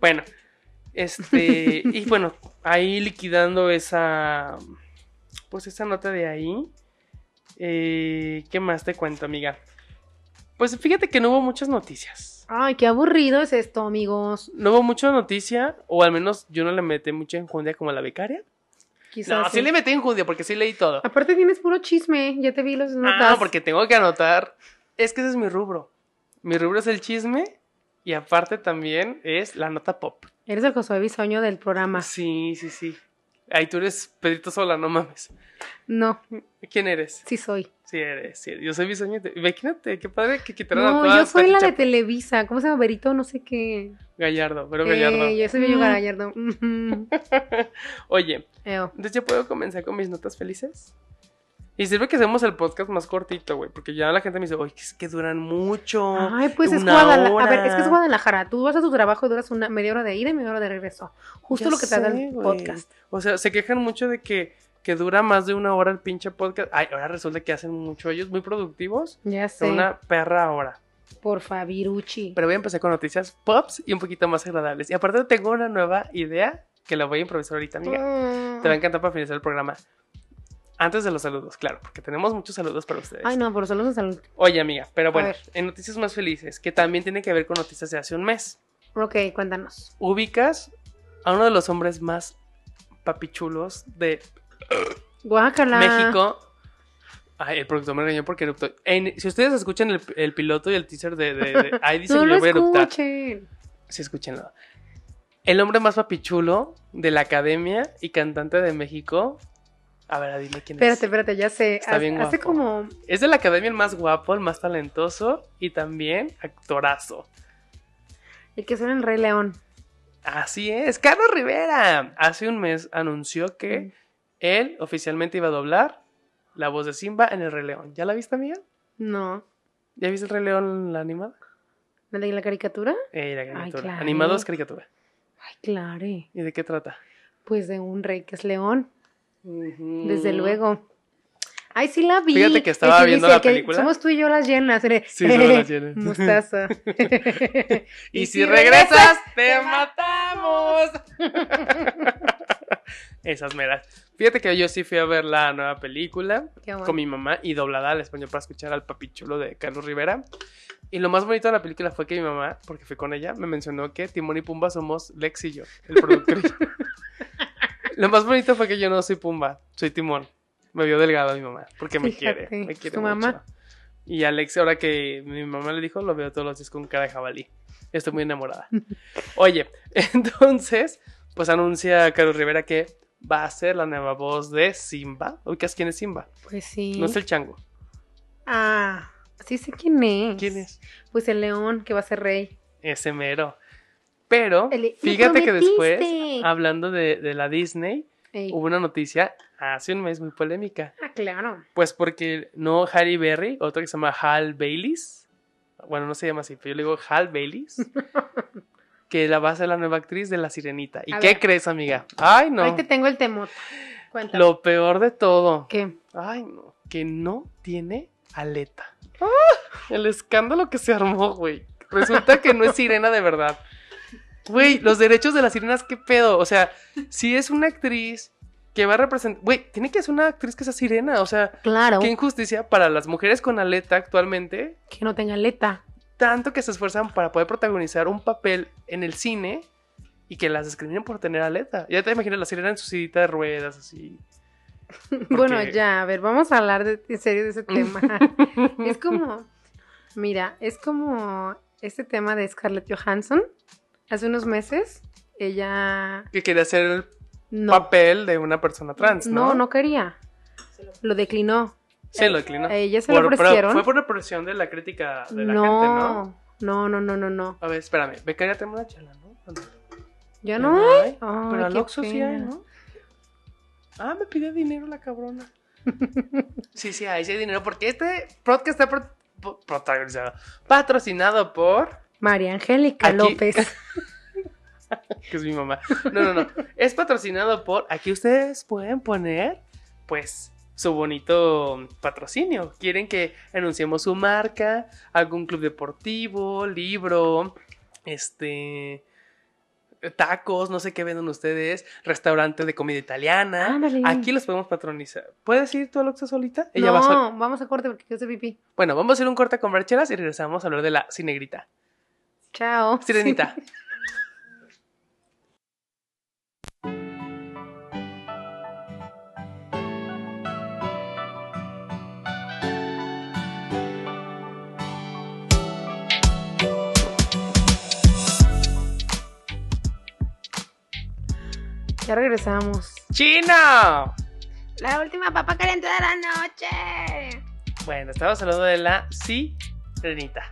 Speaker 1: Bueno, este, y bueno, ahí liquidando esa, pues esa nota de ahí. eh, ¿Qué más te cuento, amiga? Pues fíjate que no hubo muchas noticias.
Speaker 2: Ay, qué aburrido es esto, amigos.
Speaker 1: No hubo mucha noticia, o al menos yo no le metí mucha enjundia como a la becaria.
Speaker 2: Quizás.
Speaker 1: No, sí
Speaker 2: sí.
Speaker 1: le metí enjundia porque sí leí todo.
Speaker 2: Aparte tienes puro chisme, ya te vi los notas.
Speaker 1: Ah, porque tengo que anotar. Es que ese es mi rubro. Mi rubro es el chisme y aparte también es la nota pop.
Speaker 2: Eres el Josué Bisoño del programa.
Speaker 1: Sí, sí, sí. Ahí tú eres Pedrito Sola, no mames.
Speaker 2: No,
Speaker 1: ¿Quién eres?
Speaker 2: sí soy.
Speaker 1: Sí, eres. sí eres. Yo soy Bisoño. Imagínate, qué padre que quitaron a
Speaker 2: No,
Speaker 1: todas
Speaker 2: yo soy la de
Speaker 1: Chacha-
Speaker 2: Televisa. ¿Cómo se llama? Berito, no sé qué.
Speaker 1: Gallardo, pero Gallardo.
Speaker 2: Eh, yo soy Bello Gallardo. Ujú.
Speaker 1: Oye,
Speaker 2: Eo.
Speaker 1: entonces ya puedo comenzar con mis notas felices. Y sirve que hacemos el podcast más cortito, güey, porque ya la gente me dice, oye, es que duran mucho.
Speaker 2: Ay, pues es
Speaker 1: una
Speaker 2: Guadalajara. A ver,
Speaker 1: hora.
Speaker 2: es que es Guadalajara. Tú vas a tu trabajo y duras una media hora de ida y media hora de regreso. Justo
Speaker 1: Ya
Speaker 2: lo que te da
Speaker 1: sé,
Speaker 2: el
Speaker 1: güey.
Speaker 2: podcast.
Speaker 1: O sea, se quejan mucho de que, que dura más de una hora el pinche podcast. Ay, ahora resulta que hacen mucho ellos, muy productivos.
Speaker 2: Ya
Speaker 1: Son
Speaker 2: sé.
Speaker 1: Una perra hora.
Speaker 2: Por Fabirucci.
Speaker 1: Pero voy a empezar con noticias pops y un poquito más agradables. Y aparte tengo una nueva idea que la voy a improvisar ahorita, amiga.
Speaker 2: Mm.
Speaker 1: Te va a encantar para finalizar el programa. Antes de los saludos, claro, porque tenemos muchos saludos para ustedes.
Speaker 2: Ay, no, por solo de salud.
Speaker 1: Oye, amiga, pero bueno,
Speaker 2: ver.
Speaker 1: en noticias más felices, que también tiene que ver con noticias de hace un mes.
Speaker 2: Ok, cuéntanos.
Speaker 1: Ubicas a uno de los hombres más papichulos de
Speaker 2: Guácala.
Speaker 1: México. Ay, el productor me regañó porque eruptó. En- si ustedes escuchan el, el piloto y el teaser de. de- de- ahí dicen
Speaker 2: No
Speaker 1: que
Speaker 2: lo
Speaker 1: yo voy a eruptar.
Speaker 2: escuchen.
Speaker 1: Sí, escúchenlo. El hombre más papichulo de la academia y cantante de México. A ver, dime quién
Speaker 2: Espérate,
Speaker 1: es.
Speaker 2: espérate, ya sé.
Speaker 1: Está
Speaker 2: Hace-
Speaker 1: bien
Speaker 2: Hace
Speaker 1: guapo.
Speaker 2: como.
Speaker 1: Es de la academia el más guapo, el más talentoso y también actorazo.
Speaker 2: El que sale en Rey León.
Speaker 1: Así es, Carlos Rivera. Hace un mes anunció que
Speaker 2: Mm.
Speaker 1: él oficialmente iba a doblar la voz de Simba en El Rey León. ¿Ya la viste, amiga?
Speaker 2: Mm, No.
Speaker 1: ¿Ya viste El Rey León, la animada?
Speaker 2: ¿La de la caricatura?
Speaker 1: Eh, la caricatura.
Speaker 2: claro.
Speaker 1: Animados, caricatura.
Speaker 2: Ay, claro. eh.
Speaker 1: ¿Y de qué trata?
Speaker 2: Pues de un rey que es león, desde luego. Ay, sí la vi.
Speaker 1: Mm. Fíjate que estaba
Speaker 2: Es
Speaker 1: viendo
Speaker 2: dice
Speaker 1: la
Speaker 2: que
Speaker 1: película.
Speaker 2: Somos tú y yo las llenas. eh.
Speaker 1: Sí, somos las llenas.
Speaker 2: Mostaza.
Speaker 1: Y,
Speaker 2: Y
Speaker 1: si
Speaker 2: si
Speaker 1: regresas,
Speaker 2: regresas,
Speaker 1: te
Speaker 2: te
Speaker 1: matamos. Esas meras. Fíjate que yo sí fui a ver la nueva película
Speaker 2: Qué bueno.
Speaker 1: con mi mamá y doblada al español para escuchar al papichulo de Carlos Rivera. Y lo más bonito de la película fue que mi mamá, porque fui con ella, me mencionó que Timón y Pumba somos Lex y yo, el productor. y yo. lo más bonito fue que yo no soy Pumba, soy Timón. Me vio delgado mi mamá, porque me
Speaker 2: Fíjate,
Speaker 1: quiere, me quiere
Speaker 2: tu
Speaker 1: mucho.
Speaker 2: mamá.
Speaker 1: Y Alex, ahora que mi mamá le dijo, lo veo todos los días con cara de jabalí. Estoy muy enamorada. Oye, entonces, pues anuncia Carlos Rivera que va a ser la nueva voz de Simba. ¿Ubicas quién es Simba?
Speaker 2: Pues sí.
Speaker 1: No es el chango.
Speaker 2: Ah, sí sé quién es.
Speaker 1: ¿Quién es?
Speaker 2: Pues el león que va a ser rey.
Speaker 1: Ese mero. Pero,
Speaker 2: El- ¡Me
Speaker 1: fíjate que después,
Speaker 2: prometiste!
Speaker 1: hablando de, de la Disney,
Speaker 2: Ey.
Speaker 1: hubo una noticia hace un mes muy polémica.
Speaker 2: Ah, claro.
Speaker 1: Pues porque no Harry Berry, otro que se llama Hal Baileys. Bueno, no se llama así, pero yo le digo Hal Baileys. que la va a ser la nueva actriz de La Sirenita. ¿Y
Speaker 2: A
Speaker 1: qué
Speaker 2: ver.
Speaker 1: crees, amiga? Ay,
Speaker 2: Ahí
Speaker 1: no.
Speaker 2: te tengo el temor. Cuéntame.
Speaker 1: Lo peor de todo.
Speaker 2: ¿Qué?
Speaker 1: Ay, no. Que no tiene Aleta. El escándalo que se armó, güey. Resulta que no es sirena de verdad. Güey, los derechos de las sirenas, qué pedo. O sea, si es una actriz que va a representar. Güey, tiene que ser una actriz que sea sirena. O sea,
Speaker 2: Claro,
Speaker 1: qué injusticia para las mujeres con aleta actualmente.
Speaker 2: que no tenga aleta.
Speaker 1: Tanto que se esfuerzan para poder protagonizar un papel en el cine y que las discriminen por tener aleta. Ya te imaginas la sirena en su sillita de ruedas, así.
Speaker 2: Bueno,
Speaker 1: Porque-
Speaker 2: ya, a ver, vamos a hablar de, en serio de ese tema. es como, mira, es como este tema de Scarlett Johansson. Hace unos meses, ella
Speaker 1: Que quería hacer el
Speaker 2: no,
Speaker 1: papel de una persona trans, ¿no?
Speaker 2: no, no quería. Lo declinó.
Speaker 1: Se lo declinó.
Speaker 2: A ella Eh, se lo
Speaker 1: Por- pero
Speaker 2: ofrecieron.
Speaker 1: Fue por la presión de la crítica de la gente, ¿no?
Speaker 2: no, no, no, no, no, no.
Speaker 1: A ver, espérame. Becaria, tengo una chala, ¿no?
Speaker 2: Ya
Speaker 1: Ya
Speaker 2: no.
Speaker 1: no hay,
Speaker 2: hay? Ay,
Speaker 1: Pero al
Speaker 2: qué
Speaker 1: Oxxo sí hay,
Speaker 2: pena.
Speaker 1: ¿no? Ah, me pidió dinero la cabrona. sí, sí, ahí sí hay dinero. Porque este podcast está pro- po- protagonizado, patrocinado por...
Speaker 2: María Angélica
Speaker 1: Aquí-
Speaker 2: López.
Speaker 1: Que es mi mamá. No, no, no. es patrocinado por... Aquí ustedes pueden poner, pues, su bonito patrocinio. Quieren que anunciemos su marca, algún club deportivo, libro, este... Tacos, no sé qué venden ustedes, restaurante de comida italiana.
Speaker 2: Ándale.
Speaker 1: Aquí los podemos patronizar. ¿Puedes ir tú, Alexa, solita? Ella
Speaker 2: no,
Speaker 1: va sol-
Speaker 2: vamos a corte porque yo soy pipí.
Speaker 1: Bueno, vamos a hacer un corte con Barchelas y regresamos a hablar de la cinegrita.
Speaker 2: Chao.
Speaker 1: Sirenita.
Speaker 2: Ya regresamos.
Speaker 1: ¡Chino!
Speaker 2: La última papa caliente de la noche.
Speaker 1: Bueno, estamos hablando de la sirenita.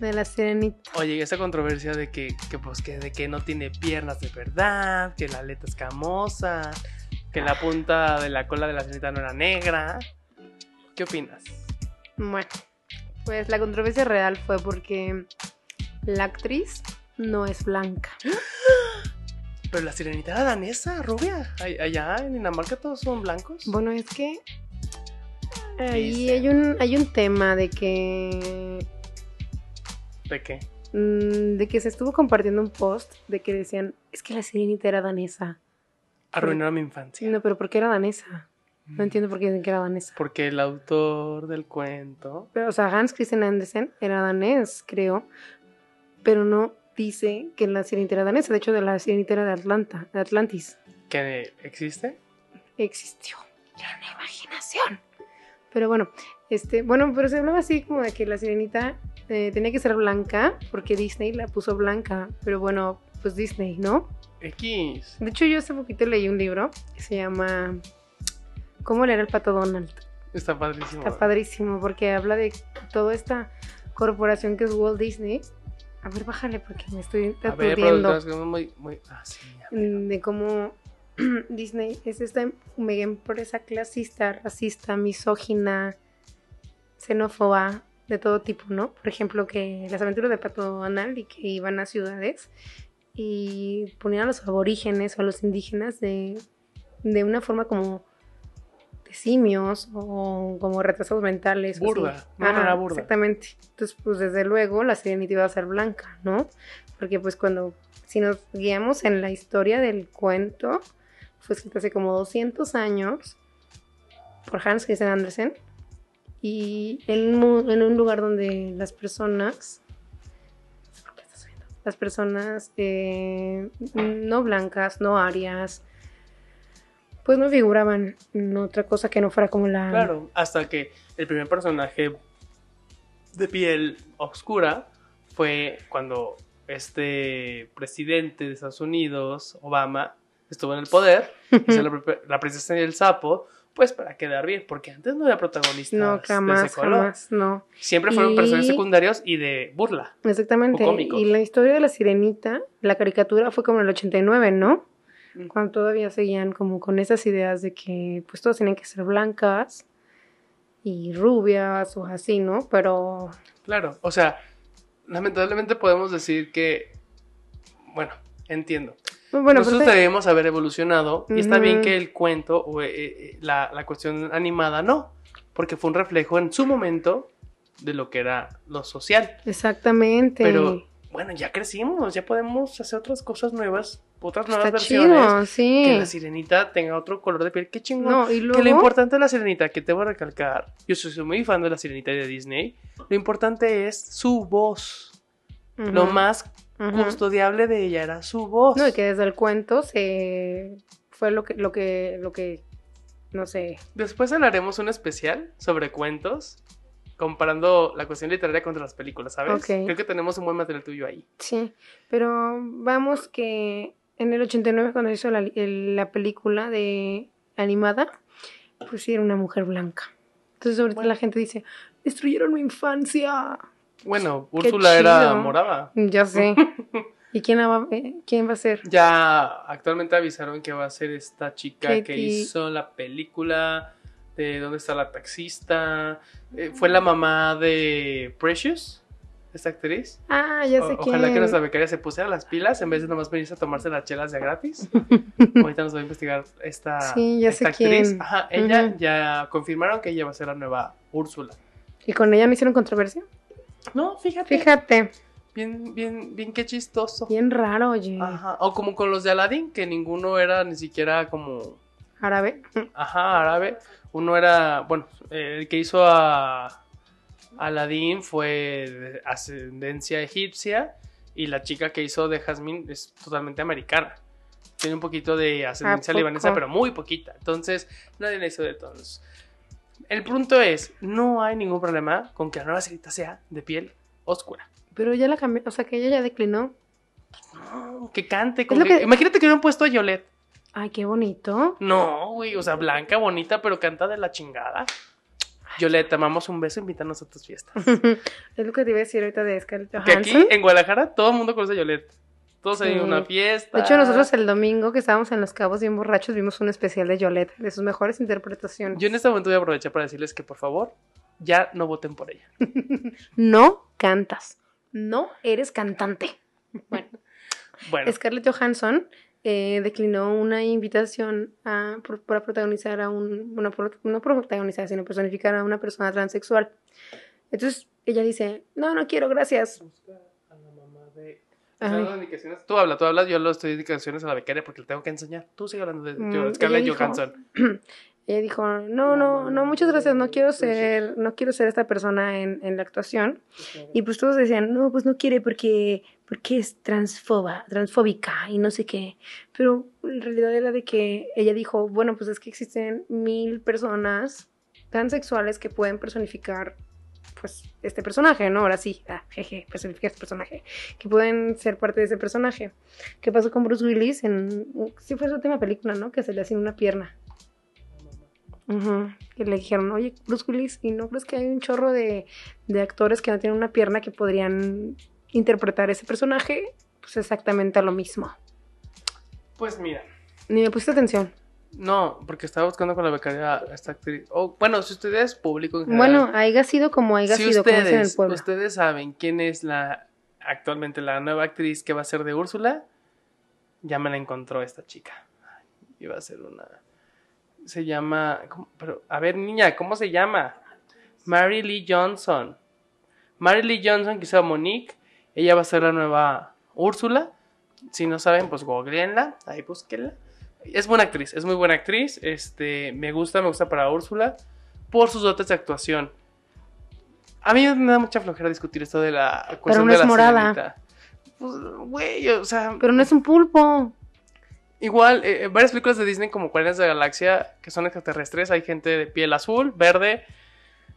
Speaker 2: De la sirenita.
Speaker 1: Oye, esa controversia de que, que, pues, que, de que no tiene piernas de verdad, que la aleta es camosa, que la punta de la cola de la sirenita no era negra. ¿Qué opinas?
Speaker 2: Bueno, pues la controversia real fue porque la actriz no es blanca.
Speaker 1: Pero la sirenita era danesa, rubia. Ay- Allá en Dinamarca todos son blancos.
Speaker 2: Bueno, es que ahí
Speaker 1: Dice.
Speaker 2: hay un, hay un tema de que
Speaker 1: ¿De qué?
Speaker 2: mm, de que se estuvo compartiendo un post de que decían, es que la sirenita era danesa.
Speaker 1: Arruinaron mi infancia. Mm.
Speaker 2: No, pero ¿por qué era danesa? No entiendo por qué dicen que era danesa.
Speaker 1: Porque el autor del cuento.
Speaker 2: Pero, o sea, Hans Christian Andersen era danés, creo, pero no dice que la sirenita era danesa. De hecho, de la sirenita era de Atlanta, de Atlantis.
Speaker 1: ¿Que existe?
Speaker 2: existió. Era una imaginación. Pero bueno, este, bueno, pero se hablaba así como de que la sirenita eh, tenía que ser blanca porque Disney la puso blanca. Pero bueno, pues Disney, ¿no?
Speaker 1: X.
Speaker 2: De hecho, yo hace poquito leí un libro que se llama ¿Cómo leer el pato Donald?
Speaker 1: Está padrísimo.
Speaker 2: Está padrísimo porque habla de toda esta corporación que es Walt Disney. A ver, bájale porque me estoy
Speaker 1: A ver,
Speaker 2: aturdiendo
Speaker 1: productoras, que son muy, muy. Ah, sí, ya.
Speaker 2: Mm, de cómo Disney es esta mega empresa clasista, racista, misógina, xenófoba, de todo tipo, ¿no? Por ejemplo, que las aventuras de Pato Donald y que iban a ciudades y ponían a los aborígenes o a los indígenas de, de una forma como de simios o como retrasados mentales. o así.
Speaker 1: Burda, una manera burda.
Speaker 2: Exactamente. Entonces, pues desde luego la sirenita iba a ser blanca, ¿no? Porque pues cuando, si nos guiamos en la historia del cuento, fue escrito hace como 200 años por Hans Christian Andersen y en, mu- en un lugar donde las personas las personas eh, no blancas, no arias, pues no figuraban en otra cosa que no fuera como la...
Speaker 1: Claro, hasta que el primer personaje de piel oscura fue cuando este presidente de Estados Unidos, Obama, estuvo en el poder. Hizo la, pri- la princesa y el sapo, pues para quedar bien, porque antes no había protagonistas
Speaker 2: no,
Speaker 1: de
Speaker 2: jamás,
Speaker 1: ese color.
Speaker 2: jamás, no.
Speaker 1: Siempre fueron
Speaker 2: Y-
Speaker 1: personajes secundarios y de burla.
Speaker 2: Exactamente.
Speaker 1: O cómicos.
Speaker 2: Y la historia de la sirenita, la caricatura fue como en el 89, ¿no?
Speaker 1: Mm.
Speaker 2: Cuando todavía seguían como con esas ideas de que pues todas tenían que ser blancas y rubias o así, ¿no? Pero
Speaker 1: Claro, o sea, lamentablemente podemos decir que, bueno, entiendo.
Speaker 2: pues, bueno,
Speaker 1: Nosotros
Speaker 2: pero-
Speaker 1: debemos haber evolucionado y está bien
Speaker 2: Ujú.
Speaker 1: que el cuento o eh, eh, la, la cuestión animada no, porque fue un reflejo en su momento de lo que era lo social.
Speaker 2: Exactamente.
Speaker 1: Pero bueno, ya crecimos, ya podemos hacer otras cosas nuevas, otras nuevas
Speaker 2: Está
Speaker 1: versiones.
Speaker 2: chido,
Speaker 1: Que
Speaker 2: sí.
Speaker 1: la sirenita tenga otro color de piel, qué chingón.
Speaker 2: No, y
Speaker 1: Que lo
Speaker 2: luego.
Speaker 1: importante de la sirenita, que te voy a recalcar, yo soy soy muy fan de la sirenita y de Disney, lo importante es su voz.
Speaker 2: Ujú,
Speaker 1: Lo más
Speaker 2: ujú.
Speaker 1: custodiable de ella era su voz.
Speaker 2: No, y que desde el cuento se fue lo que, lo que, lo que, no sé.
Speaker 1: Después hablaremos un especial sobre cuentos, comparando la cuestión literaria contra las películas, ¿sabes?
Speaker 2: Ok.
Speaker 1: Creo que tenemos un buen material tuyo ahí.
Speaker 2: Sí, pero vamos que en el 89 cuando hizo la, el- la película de animada, pues sí era una mujer blanca. Entonces ahorita
Speaker 1: Bueno.
Speaker 2: la gente dice, destruyeron mi infancia.
Speaker 1: Bueno,
Speaker 2: Qué
Speaker 1: Úrsula era
Speaker 2: chido.
Speaker 1: morada.
Speaker 2: Ya sé. ¿Y quién la va, eh, quién va a ser?
Speaker 1: Ya actualmente avisaron que va a ser esta chica que
Speaker 2: Katie.
Speaker 1: hizo la película de ¿Dónde está la taxista? Eh, fue la mamá de Precious, esta actriz.
Speaker 2: Ah, ya sé
Speaker 1: O-
Speaker 2: quién.
Speaker 1: ojalá que nuestra becaria se pusiera las pilas en vez de nomás venirse a tomarse las chelas de a gratis. Ahorita nos va a investigar esta,
Speaker 2: Sí, ya sé
Speaker 1: esta actriz.
Speaker 2: quién.
Speaker 1: Ajá, ella
Speaker 2: Ujú.
Speaker 1: ya confirmaron que ella va a ser la nueva Úrsula.
Speaker 2: ¿Y con ella no hicieron controversia?
Speaker 1: No, fíjate.
Speaker 2: Fíjate,
Speaker 1: Bien, bien, bien, qué chistoso.
Speaker 2: bien raro, oye.
Speaker 1: Ajá. O como con los de Aladdin, que ninguno era ni siquiera como
Speaker 2: Árabe.
Speaker 1: Ajá, árabe. Uno era, bueno, eh, el que hizo a Aladdin fue de ascendencia egipcia y la chica que hizo de Jasmine es totalmente americana. Tiene un poquito de ascendencia
Speaker 2: poco?
Speaker 1: libanesa, pero muy poquita. Entonces, nadie le hizo de todos. El punto es, no hay ningún problema con que la nueva cerita sea de piel oscura.
Speaker 2: Pero ya la cambió, o sea que ella ya declinó.
Speaker 1: No, que cante. como
Speaker 2: lo
Speaker 1: que-
Speaker 2: que-
Speaker 1: Imagínate que hubieran puesto a Yolette.
Speaker 2: Ay, qué bonito.
Speaker 1: No, güey, o sea, blanca, bonita, pero canta de la chingada. Yolette, te amamos un beso, invítanos a tus fiestas.
Speaker 2: es lo que te iba a decir ahorita de Scarlett
Speaker 1: Que aquí
Speaker 2: Johansson.
Speaker 1: en Guadalajara todo el mundo conoce a Yolette. Todos hay
Speaker 2: Sí.
Speaker 1: una fiesta.
Speaker 2: De hecho, nosotros el domingo que estábamos en Los Cabos bien borrachos vimos un especial de Yolette, de sus mejores interpretaciones.
Speaker 1: Yo en este momento voy a aprovechar para decirles que por favor, ya no voten por ella.
Speaker 2: No cantas, no eres cantante.
Speaker 1: Bueno,
Speaker 2: Scarlett Johansson eh, declinó una invitación a, por- para protagonizar a un, bueno, por- no protagonizar, sino personificar a una persona transexual. Entonces ella dice, no, no quiero, gracias.
Speaker 1: a la mamá de.
Speaker 2: Ay.
Speaker 1: Están dando indicaciones. Tú habla, tú hablas, yo lo estoy dando indicaciones a la becaria porque le tengo que enseñar. Tú sigue hablando de
Speaker 2: Mm,
Speaker 1: yo,
Speaker 2: ella
Speaker 1: Scarlett
Speaker 2: dijo-
Speaker 1: Johansson.
Speaker 2: Ella dijo, no, no, no, muchas gracias, no quiero ser, no quiero ser esta persona en, en la actuación. Y pues todos decían, no, pues no quiere porque, porque es transfoba, transfóbica y no sé qué. Pero en realidad era de que ella dijo, bueno, pues es que existen mil personas transexuales que pueden personificar pues este personaje, ¿no? Ahora sí, ah, jeje, personificar este personaje, que pueden ser parte de ese personaje. ¿Qué pasó con Bruce Willis en, sí fue su última película, ¿no? Que se le hacía una pierna. Ujú, Y le dijeron, oye, Bruce Willis, ¿y no crees que hay un chorro de, de actores que no tienen una pierna que podrían interpretar ese personaje? Pues exactamente a lo mismo.
Speaker 1: Pues mira.
Speaker 2: Ni me pusiste atención.
Speaker 1: No, porque estaba buscando con la becaria a esta actriz. O, bueno, si ustedes público en general.
Speaker 2: Bueno, haya sido como haya
Speaker 1: si
Speaker 2: sido, como dicen en el
Speaker 1: ustedes,
Speaker 2: pueblo.
Speaker 1: ustedes saben quién es la actualmente la nueva actriz que va a ser de Úrsula, ya me la encontró esta chica. Iba a ser una. Se llama. ¿cómo? Pero, a ver, niña, ¿cómo se llama? Mary Lee Johnson. Mary Lee Johnson, que hizo Monique. Ella va a ser la nueva Úrsula. Si no saben, pues googleenla. Ahí búsquenla. Es buena actriz, es muy buena actriz. Este, me gusta, me gusta para Úrsula. Por sus dotes de actuación. A mí me da mucha flojera discutir esto de la cuestión
Speaker 2: no
Speaker 1: de
Speaker 2: es
Speaker 1: la
Speaker 2: morada.
Speaker 1: sirenita. Pues, güey, o sea.
Speaker 2: Pero no es un pulpo.
Speaker 1: Igual, eh, varias películas de Disney como Guardianes de la Galaxia, que son extraterrestres, hay gente de piel azul, verde,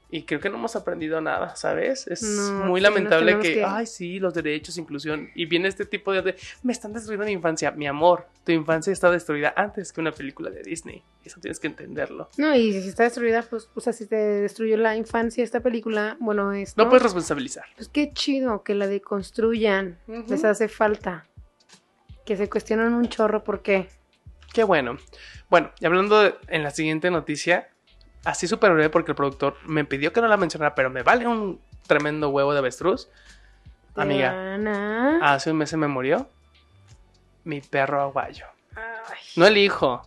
Speaker 1: y creo que no hemos aprendido nada, ¿sabes? Es
Speaker 2: No,
Speaker 1: muy
Speaker 2: sí, nos
Speaker 1: lamentable
Speaker 2: tenemos
Speaker 1: que,
Speaker 2: que-
Speaker 1: ay, sí, los derechos, inclusión, y viene este tipo de, de, me están destruyendo mi infancia, mi amor, tu infancia está destruida antes que una película de Disney, eso tienes que entenderlo.
Speaker 2: No, y si está destruida, pues, o sea, si te destruyó la infancia esta película, bueno, es.
Speaker 1: No puedes responsabilizar.
Speaker 2: Pues qué chido que la deconstruyan.
Speaker 1: Ujú.
Speaker 2: Les hace falta. Que se cuestionan un chorro por qué.
Speaker 1: Qué bueno. Bueno, y hablando de- en la siguiente noticia, así súper breve porque el productor me pidió que no la mencionara, pero me vale un tremendo huevo de avestruz. Amiga. Ah.
Speaker 2: Ana.
Speaker 1: Hace un mes se me murió mi perro aguayo.
Speaker 2: Ay.
Speaker 1: No el hijo,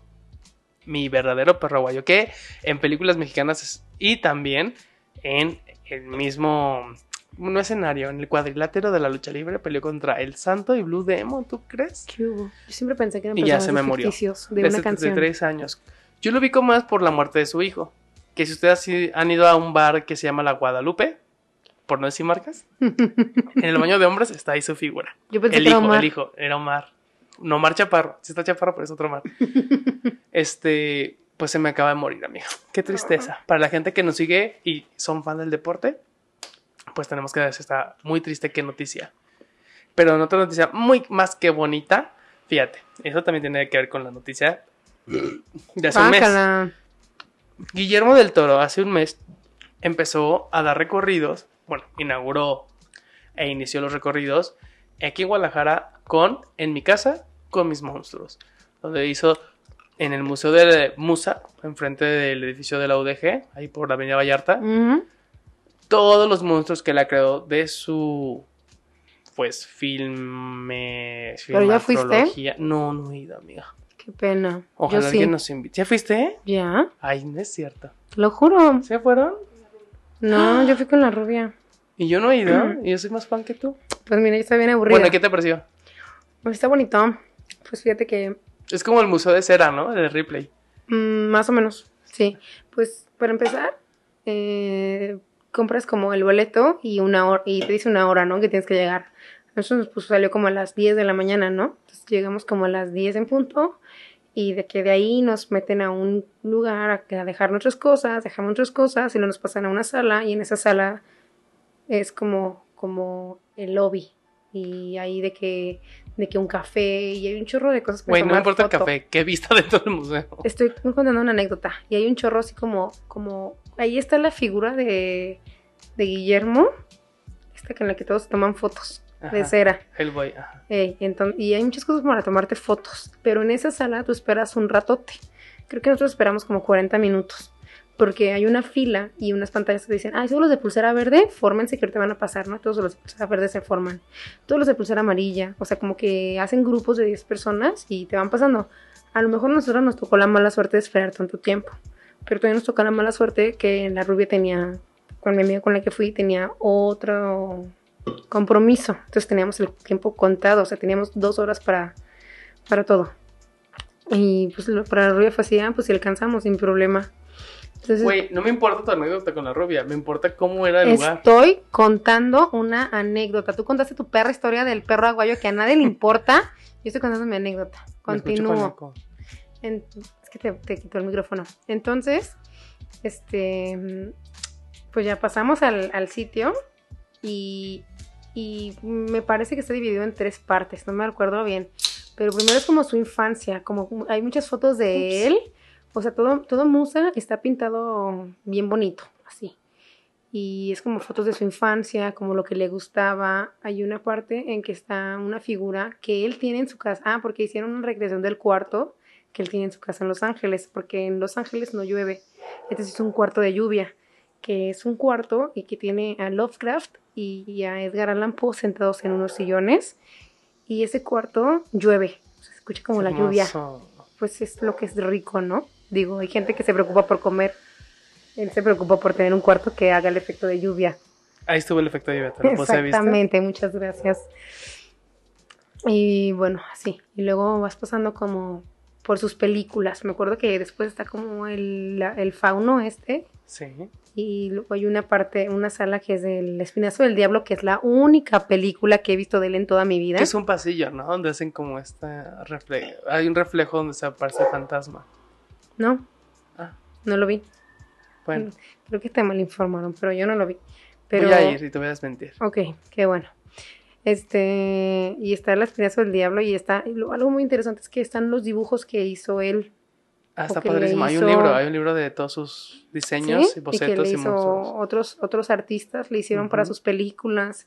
Speaker 1: mi verdadero perro aguayo, que en películas mexicanas es Y también en el mismo no escenario, en el cuadrilátero de la lucha libre peleó contra El Santo y Blue Demon, ¿tú crees?
Speaker 2: ¿Qué hubo? Yo siempre pensé que eran
Speaker 1: Y ya se me
Speaker 2: personajes
Speaker 1: murió.
Speaker 2: ficticios de
Speaker 1: de
Speaker 2: una canción.
Speaker 1: 73 años. Yo lo ubico más por la muerte de su hijo. Que si ustedes sí han ido a un bar que se llama La Guadalupe, por no decir marcas, en el baño de hombres está ahí su figura.
Speaker 2: Yo pensé
Speaker 1: el
Speaker 2: que era
Speaker 1: hijo,
Speaker 2: Omar.
Speaker 1: el hijo, era Omar. No Omar Chaparro, si está Chaparro, pero es otro Omar. Este, pues se me acaba de morir, amigo. Qué tristeza. Para la gente que nos sigue y son fan del deporte, pues tenemos que darse esta muy triste que noticia. Pero en otra noticia muy más que bonita, fíjate, eso también tiene que ver con la noticia de hace un mes.
Speaker 2: Guácala.
Speaker 1: Guillermo del Toro hace un mes empezó a dar recorridos, bueno, inauguró e inició los recorridos aquí en Guadalajara con En mi casa con mis monstruos, donde hizo en el Museo de Musa, enfrente del edificio de la UDG, ahí por la Avenida Vallarta,
Speaker 2: Ujú.
Speaker 1: todos los monstruos que la creó de su pues filme,
Speaker 2: ¿Pero ya fuiste?
Speaker 1: filmatrología. No, no he ido, amiga.
Speaker 2: Qué pena.
Speaker 1: Ojalá
Speaker 2: Yo sí.
Speaker 1: alguien nos invite. ¿Ya fuiste?
Speaker 2: Ya,
Speaker 1: Ay, no es cierto.
Speaker 2: te lo juro.
Speaker 1: ¿Se fueron?
Speaker 2: No, yo fui con la rubia.
Speaker 1: Y yo no he ido, y yo soy más fan que tú.
Speaker 2: Pues mira, yo estaba bien aburrida.
Speaker 1: Bueno, ¿qué te pareció?
Speaker 2: Pues Está bonito. Pues fíjate que
Speaker 1: Es como el museo de cera, ¿no? El de Ripley.
Speaker 2: mm, más o menos, sí. Pues para empezar, eh, compras como el boleto y una hora, y te dice una hora, ¿no? Que tienes que llegar. Nosotros pues salió como a las 10 de la mañana, ¿no? Entonces llegamos como a las 10 en punto y de que de ahí nos meten a un lugar a, que- a dejar nuestras cosas, dejamos nuestras cosas y luego nos pasan a una sala y en esa sala es como, como el lobby y ahí de que, de que un café y hay un chorro de cosas para
Speaker 1: Güey, no me
Speaker 2: tomar
Speaker 1: importa el
Speaker 2: foto.
Speaker 1: café, qué vista dentro del museo.
Speaker 2: Estoy contando una anécdota y hay un chorro así como, como, ahí está la figura de, de Guillermo, esta con la que todos toman fotos de
Speaker 1: Ajá.
Speaker 2: cera.
Speaker 1: Hellboy, ajá.
Speaker 2: Ey, enton- y hay muchas cosas para tomarte fotos, pero en esa sala tú esperas un ratote. Creo que nosotros esperamos como 40 minutos, porque hay una fila y unas pantallas que dicen, ah, todos los de pulsera verde, fórmense que ahorita van a pasar, ¿no? Todos los de pulsera verde se forman, todos los de pulsera amarilla, o sea, como que hacen grupos de 10 personas y te van pasando. A lo mejor a nosotros nos tocó la mala suerte de esperar tanto tiempo, pero también nos tocó la mala suerte que la rubia tenía, con mi amiga con la que fui, tenía otro compromiso. Entonces teníamos el tiempo contado, o sea, teníamos dos horas para, para todo. Y pues lo- para la rubia fue así, ah, pues si alcanzamos sin problema. Entonces
Speaker 1: Güey, no me importa tu anécdota con la rubia, me importa cómo era el lugar.
Speaker 2: estoy contando una anécdota. Tú contaste tu perra historia del perro aguayo que a nadie le importa. Yo estoy contando mi anécdota.
Speaker 1: Me escucho
Speaker 2: Continúo.
Speaker 1: con eco.
Speaker 2: En- es que te, te quitó el micrófono. Entonces, este, mm, pues ya pasamos al, al sitio y, y me parece que está dividido en tres partes, no me acuerdo bien. Pero primero es como su infancia, como mu- hay muchas fotos de
Speaker 1: Ups.
Speaker 2: él. O sea, todo, todo Musa está pintado bien bonito, así. Y es como fotos de su infancia, como lo que le gustaba. Hay una parte en que está una figura que él tiene en su casa. Ah, porque hicieron una recreación del cuarto que él tiene en su casa en Los Ángeles, porque en Los Ángeles no llueve. Entonces es un cuarto de lluvia, que es un cuarto y que tiene a Lovecraft y, y a Edgar Allan Poe sentados en unos sillones. Y ese cuarto llueve, se escucha como la lluvia
Speaker 1: Hermoso.
Speaker 2: pues es lo que es rico, ¿no? Digo, hay gente que se preocupa por comer. Él se preocupa por tener un cuarto que haga el efecto de lluvia.
Speaker 1: Ahí estuvo el efecto de lluvia, ¿te lo puse vista?
Speaker 2: Exactamente, muchas gracias. Y bueno, así. Y luego vas pasando como por sus películas. Me acuerdo que después está como el, la- el fauno este.
Speaker 1: Sí.
Speaker 2: Y luego hay una parte, una sala que es del Espinazo del Diablo, que es la única película que he visto de él en toda mi vida.
Speaker 1: Que es un pasillo, ¿no? Donde hacen como este reflejo. Hay un reflejo donde se aparece el fantasma.
Speaker 2: No,
Speaker 1: Ah,
Speaker 2: no lo vi.
Speaker 1: bueno,
Speaker 2: Creo que te mal informaron, pero yo no lo vi. Pero
Speaker 1: voy a ir y te voy a desmentir.
Speaker 2: Ok, qué bueno. Este, y está el espinazo del diablo y está, y lo- algo muy interesante es que están los dibujos que hizo él,
Speaker 1: Ah,
Speaker 2: O
Speaker 1: está
Speaker 2: que le
Speaker 1: padrísimo. Hay un
Speaker 2: hizo-
Speaker 1: libro, hay un libro de todos sus
Speaker 2: ¿sí?
Speaker 1: diseños y
Speaker 2: y que
Speaker 1: bocetos
Speaker 2: le
Speaker 1: y,
Speaker 2: hizo
Speaker 1: monstruos.
Speaker 2: otros, otros artistas, le hicieron para
Speaker 1: Ujú.
Speaker 2: sus películas,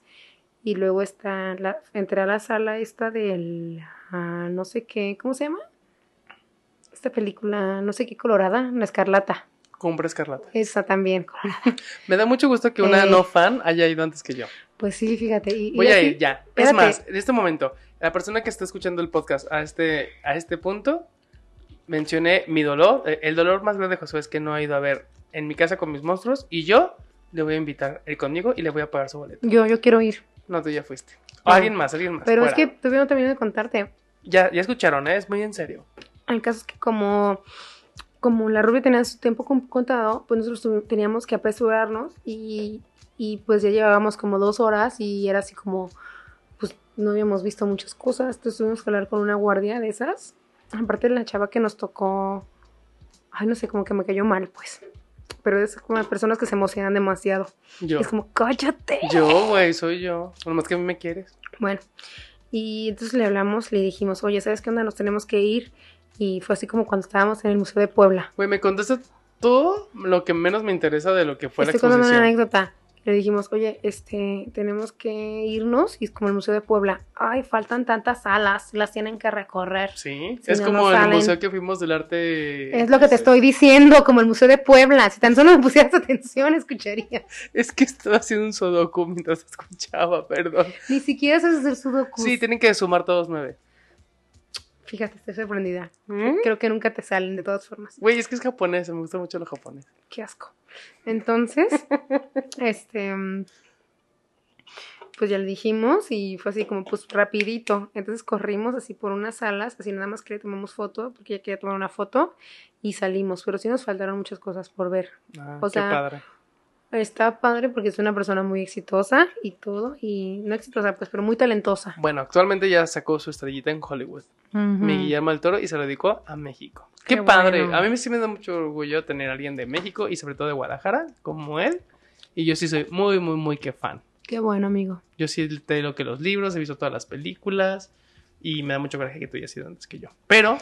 Speaker 2: y luego está, la, entré a la sala esta del, ah, no sé qué, ¿cómo se llama? Esta película, no sé qué, colorada, la escarlata,
Speaker 1: Cumbre Escarlata.
Speaker 2: esa también, colorada.
Speaker 1: Me da mucho gusto que una
Speaker 2: Eh.
Speaker 1: no fan haya ido antes que yo.
Speaker 2: Pues sí, fíjate. y- y
Speaker 1: Voy a
Speaker 2: así-
Speaker 1: ir ya. Es
Speaker 2: espérate.
Speaker 1: más, en este momento, la persona que está escuchando el podcast a este, a este punto, mencioné mi dolor. Eh, El dolor más grande de Josué es que no ha ido a ver en mi casa con mis monstruos y yo le voy a invitar él conmigo y le voy a pagar su boleto.
Speaker 2: Yo, yo quiero ir.
Speaker 1: No, tú ya fuiste. O
Speaker 2: No.
Speaker 1: alguien más, alguien más.
Speaker 2: Ah. Pero es
Speaker 1: fuera.
Speaker 2: que todavía no termino de contarte.
Speaker 1: Ya, ya escucharon, ¿eh? es muy en serio.
Speaker 2: Hay casos que como, como la rubia tenía su tiempo con- contado, pues nosotros tuvi- teníamos que apresurarnos y, y pues ya llevábamos como dos horas y era así como, pues no habíamos visto muchas cosas. Entonces tuvimos que hablar con una guardia de esas. Aparte de la chava que nos tocó, ay no sé, como que me cayó mal pues. Pero es como las personas que se emocionan demasiado.
Speaker 1: Yo.
Speaker 2: Es como, cállate.
Speaker 1: Yo, güey, soy yo. Nomás que a mí me quieres.
Speaker 2: Bueno, y entonces le hablamos, le dijimos, oye, ¿sabes qué onda? Nos tenemos que ir. Y fue así como cuando estábamos en el Museo de Puebla.
Speaker 1: Güey, me contaste todo lo que menos me interesa de lo que fue
Speaker 2: Estoy
Speaker 1: la
Speaker 2: contando una
Speaker 1: exposición.
Speaker 2: anécdota. Le dijimos, oye, este, tenemos que irnos. Y es como el Museo de Puebla. Ay, faltan tantas salas, las tienen que recorrer.
Speaker 1: Sí,
Speaker 2: Si
Speaker 1: es
Speaker 2: no,
Speaker 1: como
Speaker 2: no
Speaker 1: el
Speaker 2: salen.
Speaker 1: museo que fuimos del arte.
Speaker 2: Es lo que te estoy diciendo, como el Museo de Puebla. Si tan solo me pusieras atención, escucharías.
Speaker 1: Es que estaba haciendo un sudoku mientras escuchaba, perdón.
Speaker 2: Ni siquiera sabes hacer sudokus.
Speaker 1: Sí, tienen que sumar todos nueve.
Speaker 2: Fíjate, estoy sorprendida.
Speaker 1: ¿Mm?
Speaker 2: Creo que nunca te salen, de todas formas.
Speaker 1: Güey, es que es japonés, me gusta mucho lo japonés.
Speaker 2: qué asco. Entonces, este, mm, pues ya le dijimos y fue así como pues rapidito. Entonces corrimos así por unas salas, así nada más que le tomamos foto, porque ya quería tomar una foto y salimos, pero sí nos faltaron muchas cosas por ver.
Speaker 1: Ah,
Speaker 2: O
Speaker 1: qué
Speaker 2: sea,
Speaker 1: padre.
Speaker 2: Está padre porque es una persona muy exitosa y todo, y no exitosa pues, pero muy talentosa.
Speaker 1: Bueno, actualmente ya sacó su estrellita en Hollywood. Mi
Speaker 2: Ujú.
Speaker 1: Guillermo del Toro y se lo dedicó a México. Qué,
Speaker 2: Qué
Speaker 1: padre.
Speaker 2: bueno.
Speaker 1: A mí sí me da mucho orgullo tener a alguien de México y sobre todo de Guadalajara como él. Y yo sí soy muy, muy, muy que fan.
Speaker 2: Qué bueno, amigo.
Speaker 1: Yo sí te lo que los libros, he visto todas las películas y me da mucho coraje que tú hayas sido antes que yo. Pero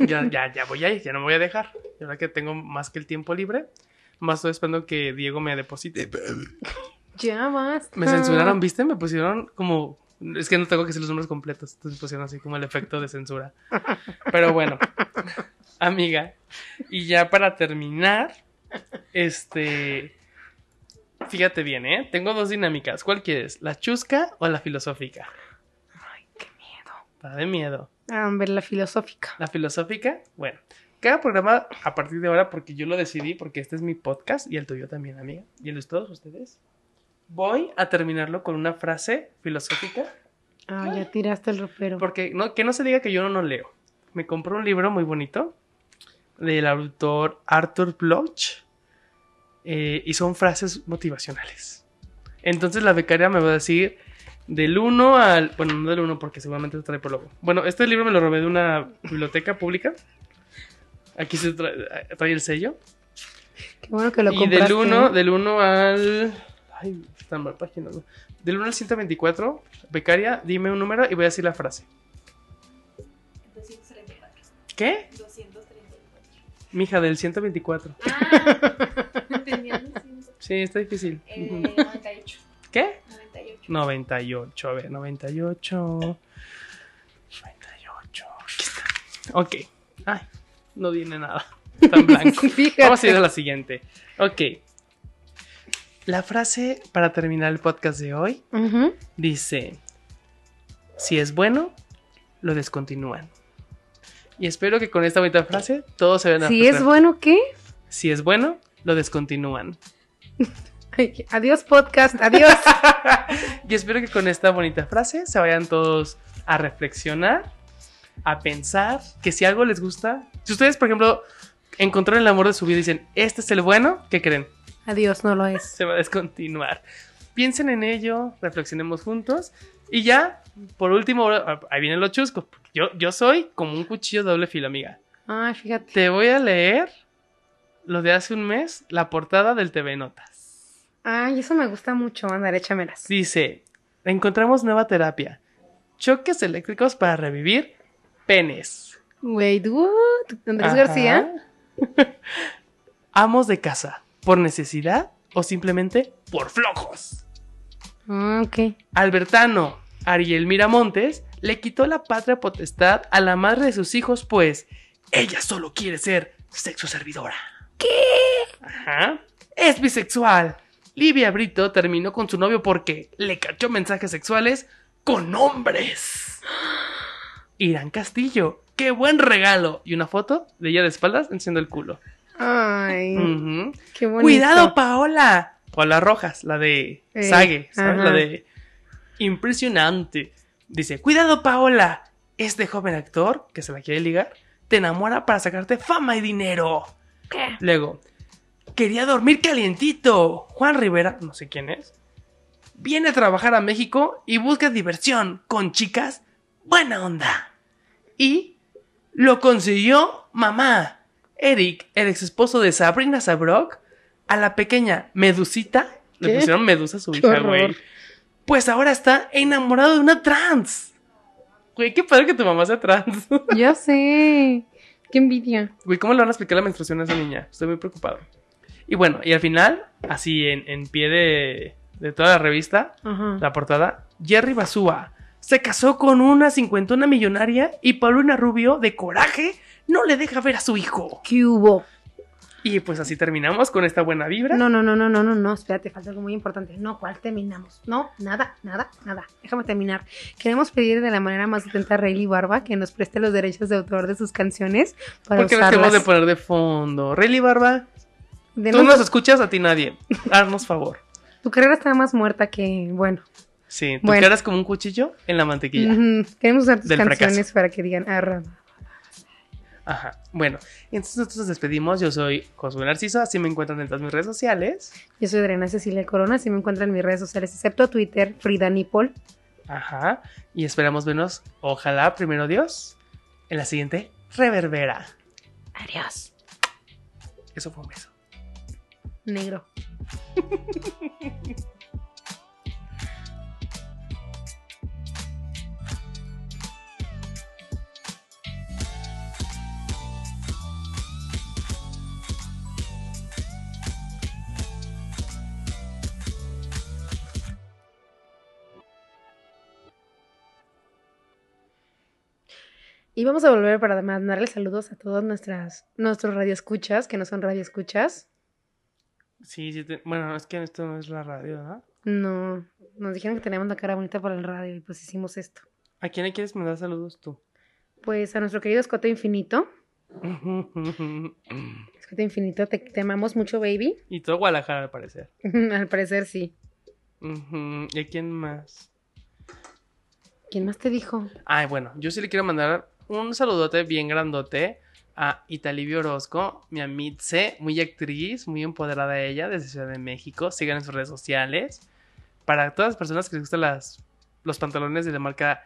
Speaker 1: ya, ya, ya voy a ir, ya no me voy a dejar. Y ahora que tengo más que el tiempo libre, más estoy esperando que Diego me deposite.
Speaker 2: Ya basta.
Speaker 1: Me
Speaker 2: Ah.
Speaker 1: censuraron, ¿viste? Me pusieron como... Es que no tengo que decir los nombres completos, entonces pusieron así como el efecto de censura. Pero bueno, amiga. Y ya para terminar, este... Fíjate bien, ¿eh? Tengo dos dinámicas. ¿Cuál quieres? ¿La chusca o la filosófica?
Speaker 2: Ay, qué miedo.
Speaker 1: Está de miedo.
Speaker 2: A ver, Ah, la filosófica.
Speaker 1: La filosófica, bueno. Cada programa a partir de ahora, porque yo lo decidí, porque este es mi podcast y el tuyo también, amiga. Y el de todos ustedes. Voy a terminarlo con una frase filosófica
Speaker 2: Ah, ya tiraste el ropero.
Speaker 1: Porque no, que no se diga que yo no, no leo. Me compré un libro muy bonito del autor Arthur Bloch eh, y son frases motivacionales. Entonces la becaria me va a decir del 1 al... Bueno, no del 1 porque seguramente lo trae por luego. Bueno, este libro me lo robé de una biblioteca pública. Aquí se trae, trae el sello.
Speaker 2: Qué bueno que lo
Speaker 1: Y
Speaker 2: compraste.
Speaker 1: del 1, del 1 al... Ay, están mal páginas. ¿no? Del 1 al 124, becaria, dime un número y voy a decir la frase.
Speaker 3: 234.
Speaker 1: ¿Qué?
Speaker 3: 234.
Speaker 1: Mija, del 124.
Speaker 3: Ah, tenía 200.
Speaker 1: Sí, está difícil.
Speaker 3: Eh,
Speaker 1: Ujú.
Speaker 3: 98.
Speaker 1: ¿Qué?
Speaker 3: 98.
Speaker 1: 98, a ver, 98. 98. Aquí está. Ok. Ay, no viene nada. Tan blanco.
Speaker 2: Fíjate.
Speaker 1: Vamos a ir a la siguiente. Ok. La frase para terminar el podcast de hoy
Speaker 2: Ujú.
Speaker 1: dice: Si es bueno, lo descontinúan. Y espero que con esta bonita frase todos se vean
Speaker 2: Si es bueno, ¿qué?
Speaker 1: si es bueno, lo descontinúan.
Speaker 2: Ay, Adiós podcast, adiós.
Speaker 1: Y espero que con esta bonita frase se vayan todos a reflexionar, a pensar que si algo les gusta, si ustedes, por ejemplo, encontraron el amor de su vida y dicen, este es el bueno, ¿qué creen?
Speaker 2: adiós, no lo es.
Speaker 1: Se va a descontinuar. Piensen en ello, reflexionemos juntos y ya, por último, ahora- ahí viene lo chusco. porque Yo, yo soy como un cuchillo de doble filo, amiga.
Speaker 2: Ay, fíjate.
Speaker 1: Te voy a leer lo de hace un mes, la portada del TV Notas.
Speaker 2: Ay, eso me gusta mucho. Andar, échamelas.
Speaker 1: Dice, encontramos nueva terapia. Choques eléctricos para revivir penes.
Speaker 2: Güey, dude. Andrés
Speaker 1: Ajá.
Speaker 2: García.
Speaker 1: Amos de casa, por necesidad o simplemente por flojos.
Speaker 2: Ah, ok.
Speaker 1: Albertano, Ariel Miramontes, le quitó la patria potestad a la madre de sus hijos, pues ella solo quiere ser sexo servidora. ¿Qué? Ajá. Es bisexual. Livia Brito terminó con su novio porque le cachó mensajes sexuales con hombres. Irán Castillo, qué buen regalo. Y una foto de ella de espaldas enciendo el culo.
Speaker 2: Ay,
Speaker 1: Ujú.
Speaker 2: qué bonito.
Speaker 1: Mm. Cuidado, Paola. Paola Rojas, la de
Speaker 2: Eh,
Speaker 1: Sage, ¿sabes?
Speaker 2: ajá.
Speaker 1: La de impresionante. Dice, cuidado, Paola. Este joven actor que se la quiere ligar te enamora para sacarte fama y dinero. Luego, quería dormir calientito. Juan Rivera, no sé quién es, viene a trabajar a México y busca diversión con chicas buena onda. Y lo consiguió mamá. Eric, el ex esposo de Sabrina Sabrok, a la pequeña Medusita, le
Speaker 2: ¿Qué?
Speaker 1: pusieron Medusa a su
Speaker 2: Qué
Speaker 1: hija,
Speaker 2: horror.
Speaker 1: güey. Pues ahora está enamorado de una trans. Güey, qué padre que tu mamá sea trans.
Speaker 2: Ya sé. Qué envidia.
Speaker 1: Güey, ¿cómo le van a explicar la menstruación a esa niña? Estoy muy preocupado. Y bueno, y al final, así en, en pie de, de toda la revista,
Speaker 2: Ajá.
Speaker 1: la portada, Jerry Basúa se casó con una cincuentona millonaria y Paulina Rubio, de coraje, no le deja ver a su hijo.
Speaker 2: ¿Qué hubo?
Speaker 1: Y pues así terminamos con esta buena vibra.
Speaker 2: No, no, no, no, no, no, no, espérate, falta algo muy importante. No, ¿cuál terminamos? No, nada, nada, nada. Déjame terminar. Queremos pedir de la manera más atenta a Rayleigh Barba que nos preste los derechos de autor de sus canciones para
Speaker 1: Porque las tenemos
Speaker 2: usarlas.
Speaker 1: de poner de fondo. Rayleigh Barba,
Speaker 2: De
Speaker 1: tú
Speaker 2: nos-
Speaker 1: nos escuchas, a ti nadie. Haznos favor.
Speaker 2: Tu carrera está más muerta que, bueno,
Speaker 1: Sí, tú
Speaker 2: Bueno.
Speaker 1: quedas como un cuchillo en la mantequilla.
Speaker 2: ujú, queremos usar tus
Speaker 1: Del fracaso.
Speaker 2: canciones para que digan, ah, Raba.
Speaker 1: Ajá. Bueno, entonces nosotros nos despedimos. Yo soy Josué Narciso, así me encuentran en todas mis redes sociales.
Speaker 2: Yo soy Adriana Cecilia Corona, si me encuentran en mis redes sociales, excepto Twitter, Frida Nipol.
Speaker 1: Ajá. Y esperamos vernos, ojalá, primero Dios, en la siguiente reverbera.
Speaker 2: Adiós.
Speaker 1: Eso fue un beso.
Speaker 2: Negro. Y vamos a volver para mandarles saludos a todos nuestras, nuestros radioescuchas, que no son radioescuchas.
Speaker 1: Sí, sí, te- bueno, es que esto no es la radio, ¿verdad?
Speaker 2: No, nos dijeron que teníamos la cara bonita para el radio y pues hicimos esto.
Speaker 1: ¿A quién le quieres mandar saludos tú?
Speaker 2: Pues a nuestro querido Escote Infinito. Escote Infinito, te, te amamos mucho, baby.
Speaker 1: y todo Guadalajara, al parecer.
Speaker 2: Al parecer sí.
Speaker 1: Ujú. ¿Y a quién más?
Speaker 2: ¿Quién más te dijo?
Speaker 1: Ay, bueno, yo sí le quiero mandar un saludote bien grandote a Italibio Orozco, mi amitse, muy actriz, muy empoderada ella, desde Ciudad de México. Sigan en sus redes sociales. Para todas las personas que les gustan las, los pantalones de la marca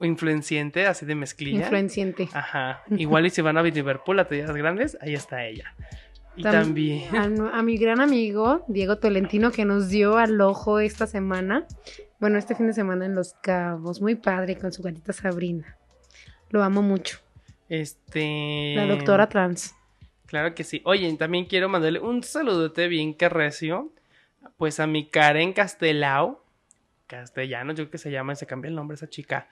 Speaker 1: influenciente, así de mezclilla.
Speaker 2: Influenciente.
Speaker 1: Ajá. Igual y si van a Liverpool a tallas grandes, ahí está ella. Y
Speaker 2: Tam-
Speaker 1: también.
Speaker 2: A, nu- a mi gran amigo Diego Tolentino que nos dio al ojo esta semana. Bueno, este fin de semana en Los Cabos. Muy padre con su gatita Sabrina. Lo amo mucho.
Speaker 1: Este.
Speaker 2: La doctora trans.
Speaker 1: Claro que sí. Oye, también quiero mandarle un saludote bien carrecio, pues a mi Karen Castelao, castellano, yo creo que se llama, se cambia el nombre a esa chica,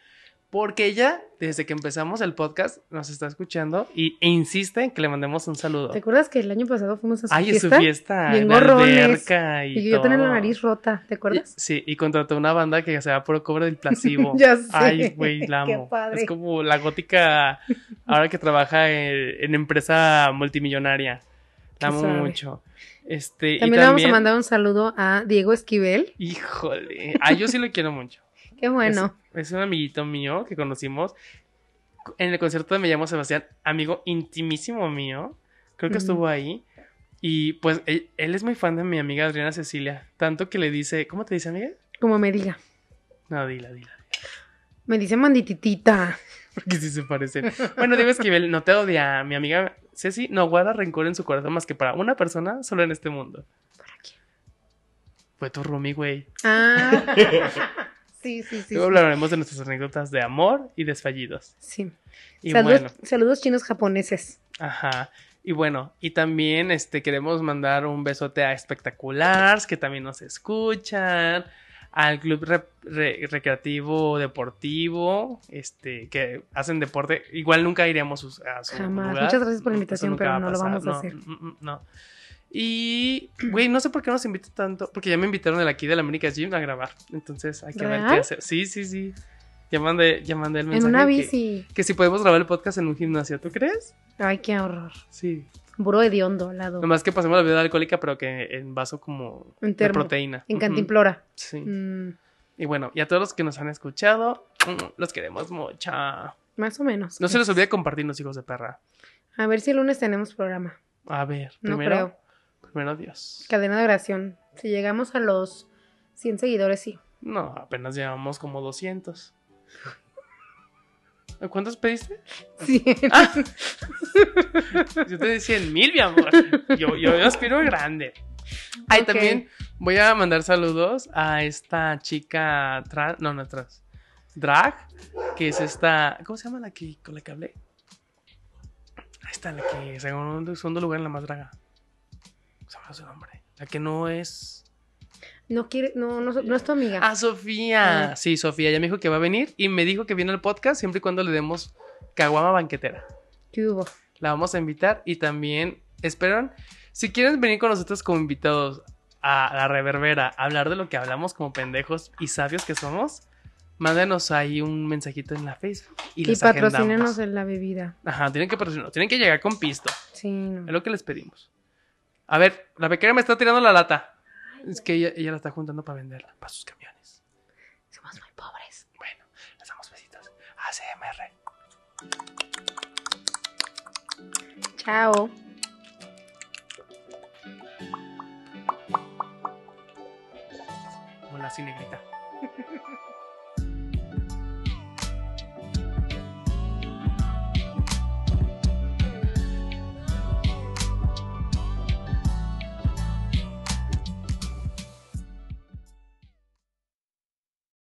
Speaker 1: porque ella, desde que empezamos el podcast, nos está escuchando y, e insiste en que le mandemos un saludo.
Speaker 2: ¿Te acuerdas que el año pasado fuimos a su
Speaker 1: Ay, es su
Speaker 2: fiesta?
Speaker 1: fiesta,
Speaker 2: Bien
Speaker 1: en la
Speaker 2: gorrones.
Speaker 1: alberca y,
Speaker 2: y que yo tenía la
Speaker 1: todo.
Speaker 2: nariz rota, ¿te acuerdas?
Speaker 1: Y- sí, y contrató una banda que se va por cobre del placebo.
Speaker 2: Ya sé.
Speaker 1: Ay, güey, la
Speaker 2: Qué
Speaker 1: amo.
Speaker 2: padre.
Speaker 1: Es como la gótica ahora que trabaja en, en empresa multimillonaria.
Speaker 2: Qué
Speaker 1: La amo
Speaker 2: suave.
Speaker 1: mucho. Este,
Speaker 2: También
Speaker 1: y
Speaker 2: le
Speaker 1: también,
Speaker 2: vamos a mandar un saludo a Diego Esquivel.
Speaker 1: Híjole. Ah, yo sí lo quiero mucho.
Speaker 2: Qué bueno.
Speaker 1: Es, es un amiguito mío que conocimos. En el concierto de Me llamo Sebastián, amigo intimísimo mío. Creo que
Speaker 2: Ujú.
Speaker 1: estuvo ahí. Y pues él, él es muy fan de mi amiga Adriana Cecilia. Tanto que le dice, ¿cómo te dice, amiga?
Speaker 2: Como me diga.
Speaker 1: No, dila, dila.
Speaker 2: Me dice mandititita.
Speaker 1: Porque sí se parecen. Bueno, Diego Esquivel, no te odia. Mi amiga Ceci no guarda rencor en su corazón más que para una persona solo en este mundo.
Speaker 2: ¿Para quién?
Speaker 1: Fue tu roomie, güey.
Speaker 2: Ah. sí, sí, sí.
Speaker 1: Luego
Speaker 2: sí.
Speaker 1: hablaremos de nuestras anécdotas de amor y desfallidos.
Speaker 2: Sí.
Speaker 1: Y
Speaker 2: Saludos,
Speaker 1: bueno,
Speaker 2: saludos chinos japoneses.
Speaker 1: ajá. Y bueno, y también este, queremos mandar un besote a Espectaculars, que también nos escuchan, al Club Re- Re- Recreativo Deportivo, este, que hacen deporte. Igual nunca iremos sus- a su
Speaker 2: Jamás.
Speaker 1: lugar.
Speaker 2: Muchas gracias por la
Speaker 1: Eso
Speaker 2: invitación,
Speaker 1: nunca
Speaker 2: pero
Speaker 1: va
Speaker 2: no lo
Speaker 1: pasar.
Speaker 2: vamos a
Speaker 1: No,
Speaker 2: hacer.
Speaker 1: mm, mm, No. Y, güey, no sé por qué nos invitan tanto, porque ya me invitaron el aquí del América Gym a grabar. Entonces hay que ver qué
Speaker 2: ¿Real?
Speaker 1: hacer. Sí, sí, sí. Ya mandé, ya mandé el mensaje.
Speaker 2: en una
Speaker 1: que-
Speaker 2: bici.
Speaker 1: Que, si podemos grabar el podcast en un gimnasio, ¿tú crees?
Speaker 2: Ay, qué horror.
Speaker 1: Sí.
Speaker 2: Buró hediondo al lado.
Speaker 1: Nomás que pasemos la bebida alcohólica, pero que en vaso como
Speaker 2: En
Speaker 1: de
Speaker 2: termo.
Speaker 1: proteína.
Speaker 2: En
Speaker 1: Ujú.
Speaker 2: cantimplora.
Speaker 1: Sí.
Speaker 2: Mm,
Speaker 1: Y bueno, y a todos los que nos han escuchado, mm, los queremos mucho. No
Speaker 2: más o menos.
Speaker 1: se les olvide compartirnos, hijos de perra.
Speaker 2: A ver si el lunes tenemos programa.
Speaker 1: A ver,
Speaker 2: No
Speaker 1: primero,
Speaker 2: creo.
Speaker 1: primero Dios.
Speaker 2: Cadena de oración. Si llegamos a los 100 seguidores, sí.
Speaker 1: No, apenas llevamos como 200. ¿Cuántos pediste?
Speaker 2: 100.
Speaker 1: Ah. Yo te decía en mil, mi amor. Yo, yo aspiro grande. Ay,
Speaker 2: Ok.
Speaker 1: también voy a mandar saludos a esta chica trans, no, no es trans, drag, que es esta, ¿cómo se llama la que con la que hablé? Ahí está, la que segundo, segundo lugar en la más draga. ¿Cómo se llama su nombre? La que no es...
Speaker 2: No quiere, no, no, no es tu amiga.
Speaker 1: Ah, Sofía.
Speaker 2: Ah.
Speaker 1: Sí, Sofía, ya me dijo que va a venir y me dijo que viene al podcast siempre y cuando le demos caguama banquetera.
Speaker 2: ¿Qué hubo?
Speaker 1: La vamos a invitar y también esperan, si quieren venir con nosotros como invitados a la reverbera, a hablar de lo que hablamos como pendejos y sabios que somos, mándanos ahí un mensajito en la Facebook y,
Speaker 2: Y
Speaker 1: les agendamos.
Speaker 2: patrocínenos en la bebida.
Speaker 1: Ajá, tienen que patrocinarnos, tienen que llegar con pisto,
Speaker 2: Sí, no.
Speaker 1: es lo que les pedimos. A ver, la pequeña me está tirando la lata. Es que ella, ella la está juntando para venderla, para sus camiones.
Speaker 2: Somos muy pobres.
Speaker 1: Bueno, les damos besitos. ACMR.
Speaker 2: Chao.
Speaker 1: Como la cinegrita.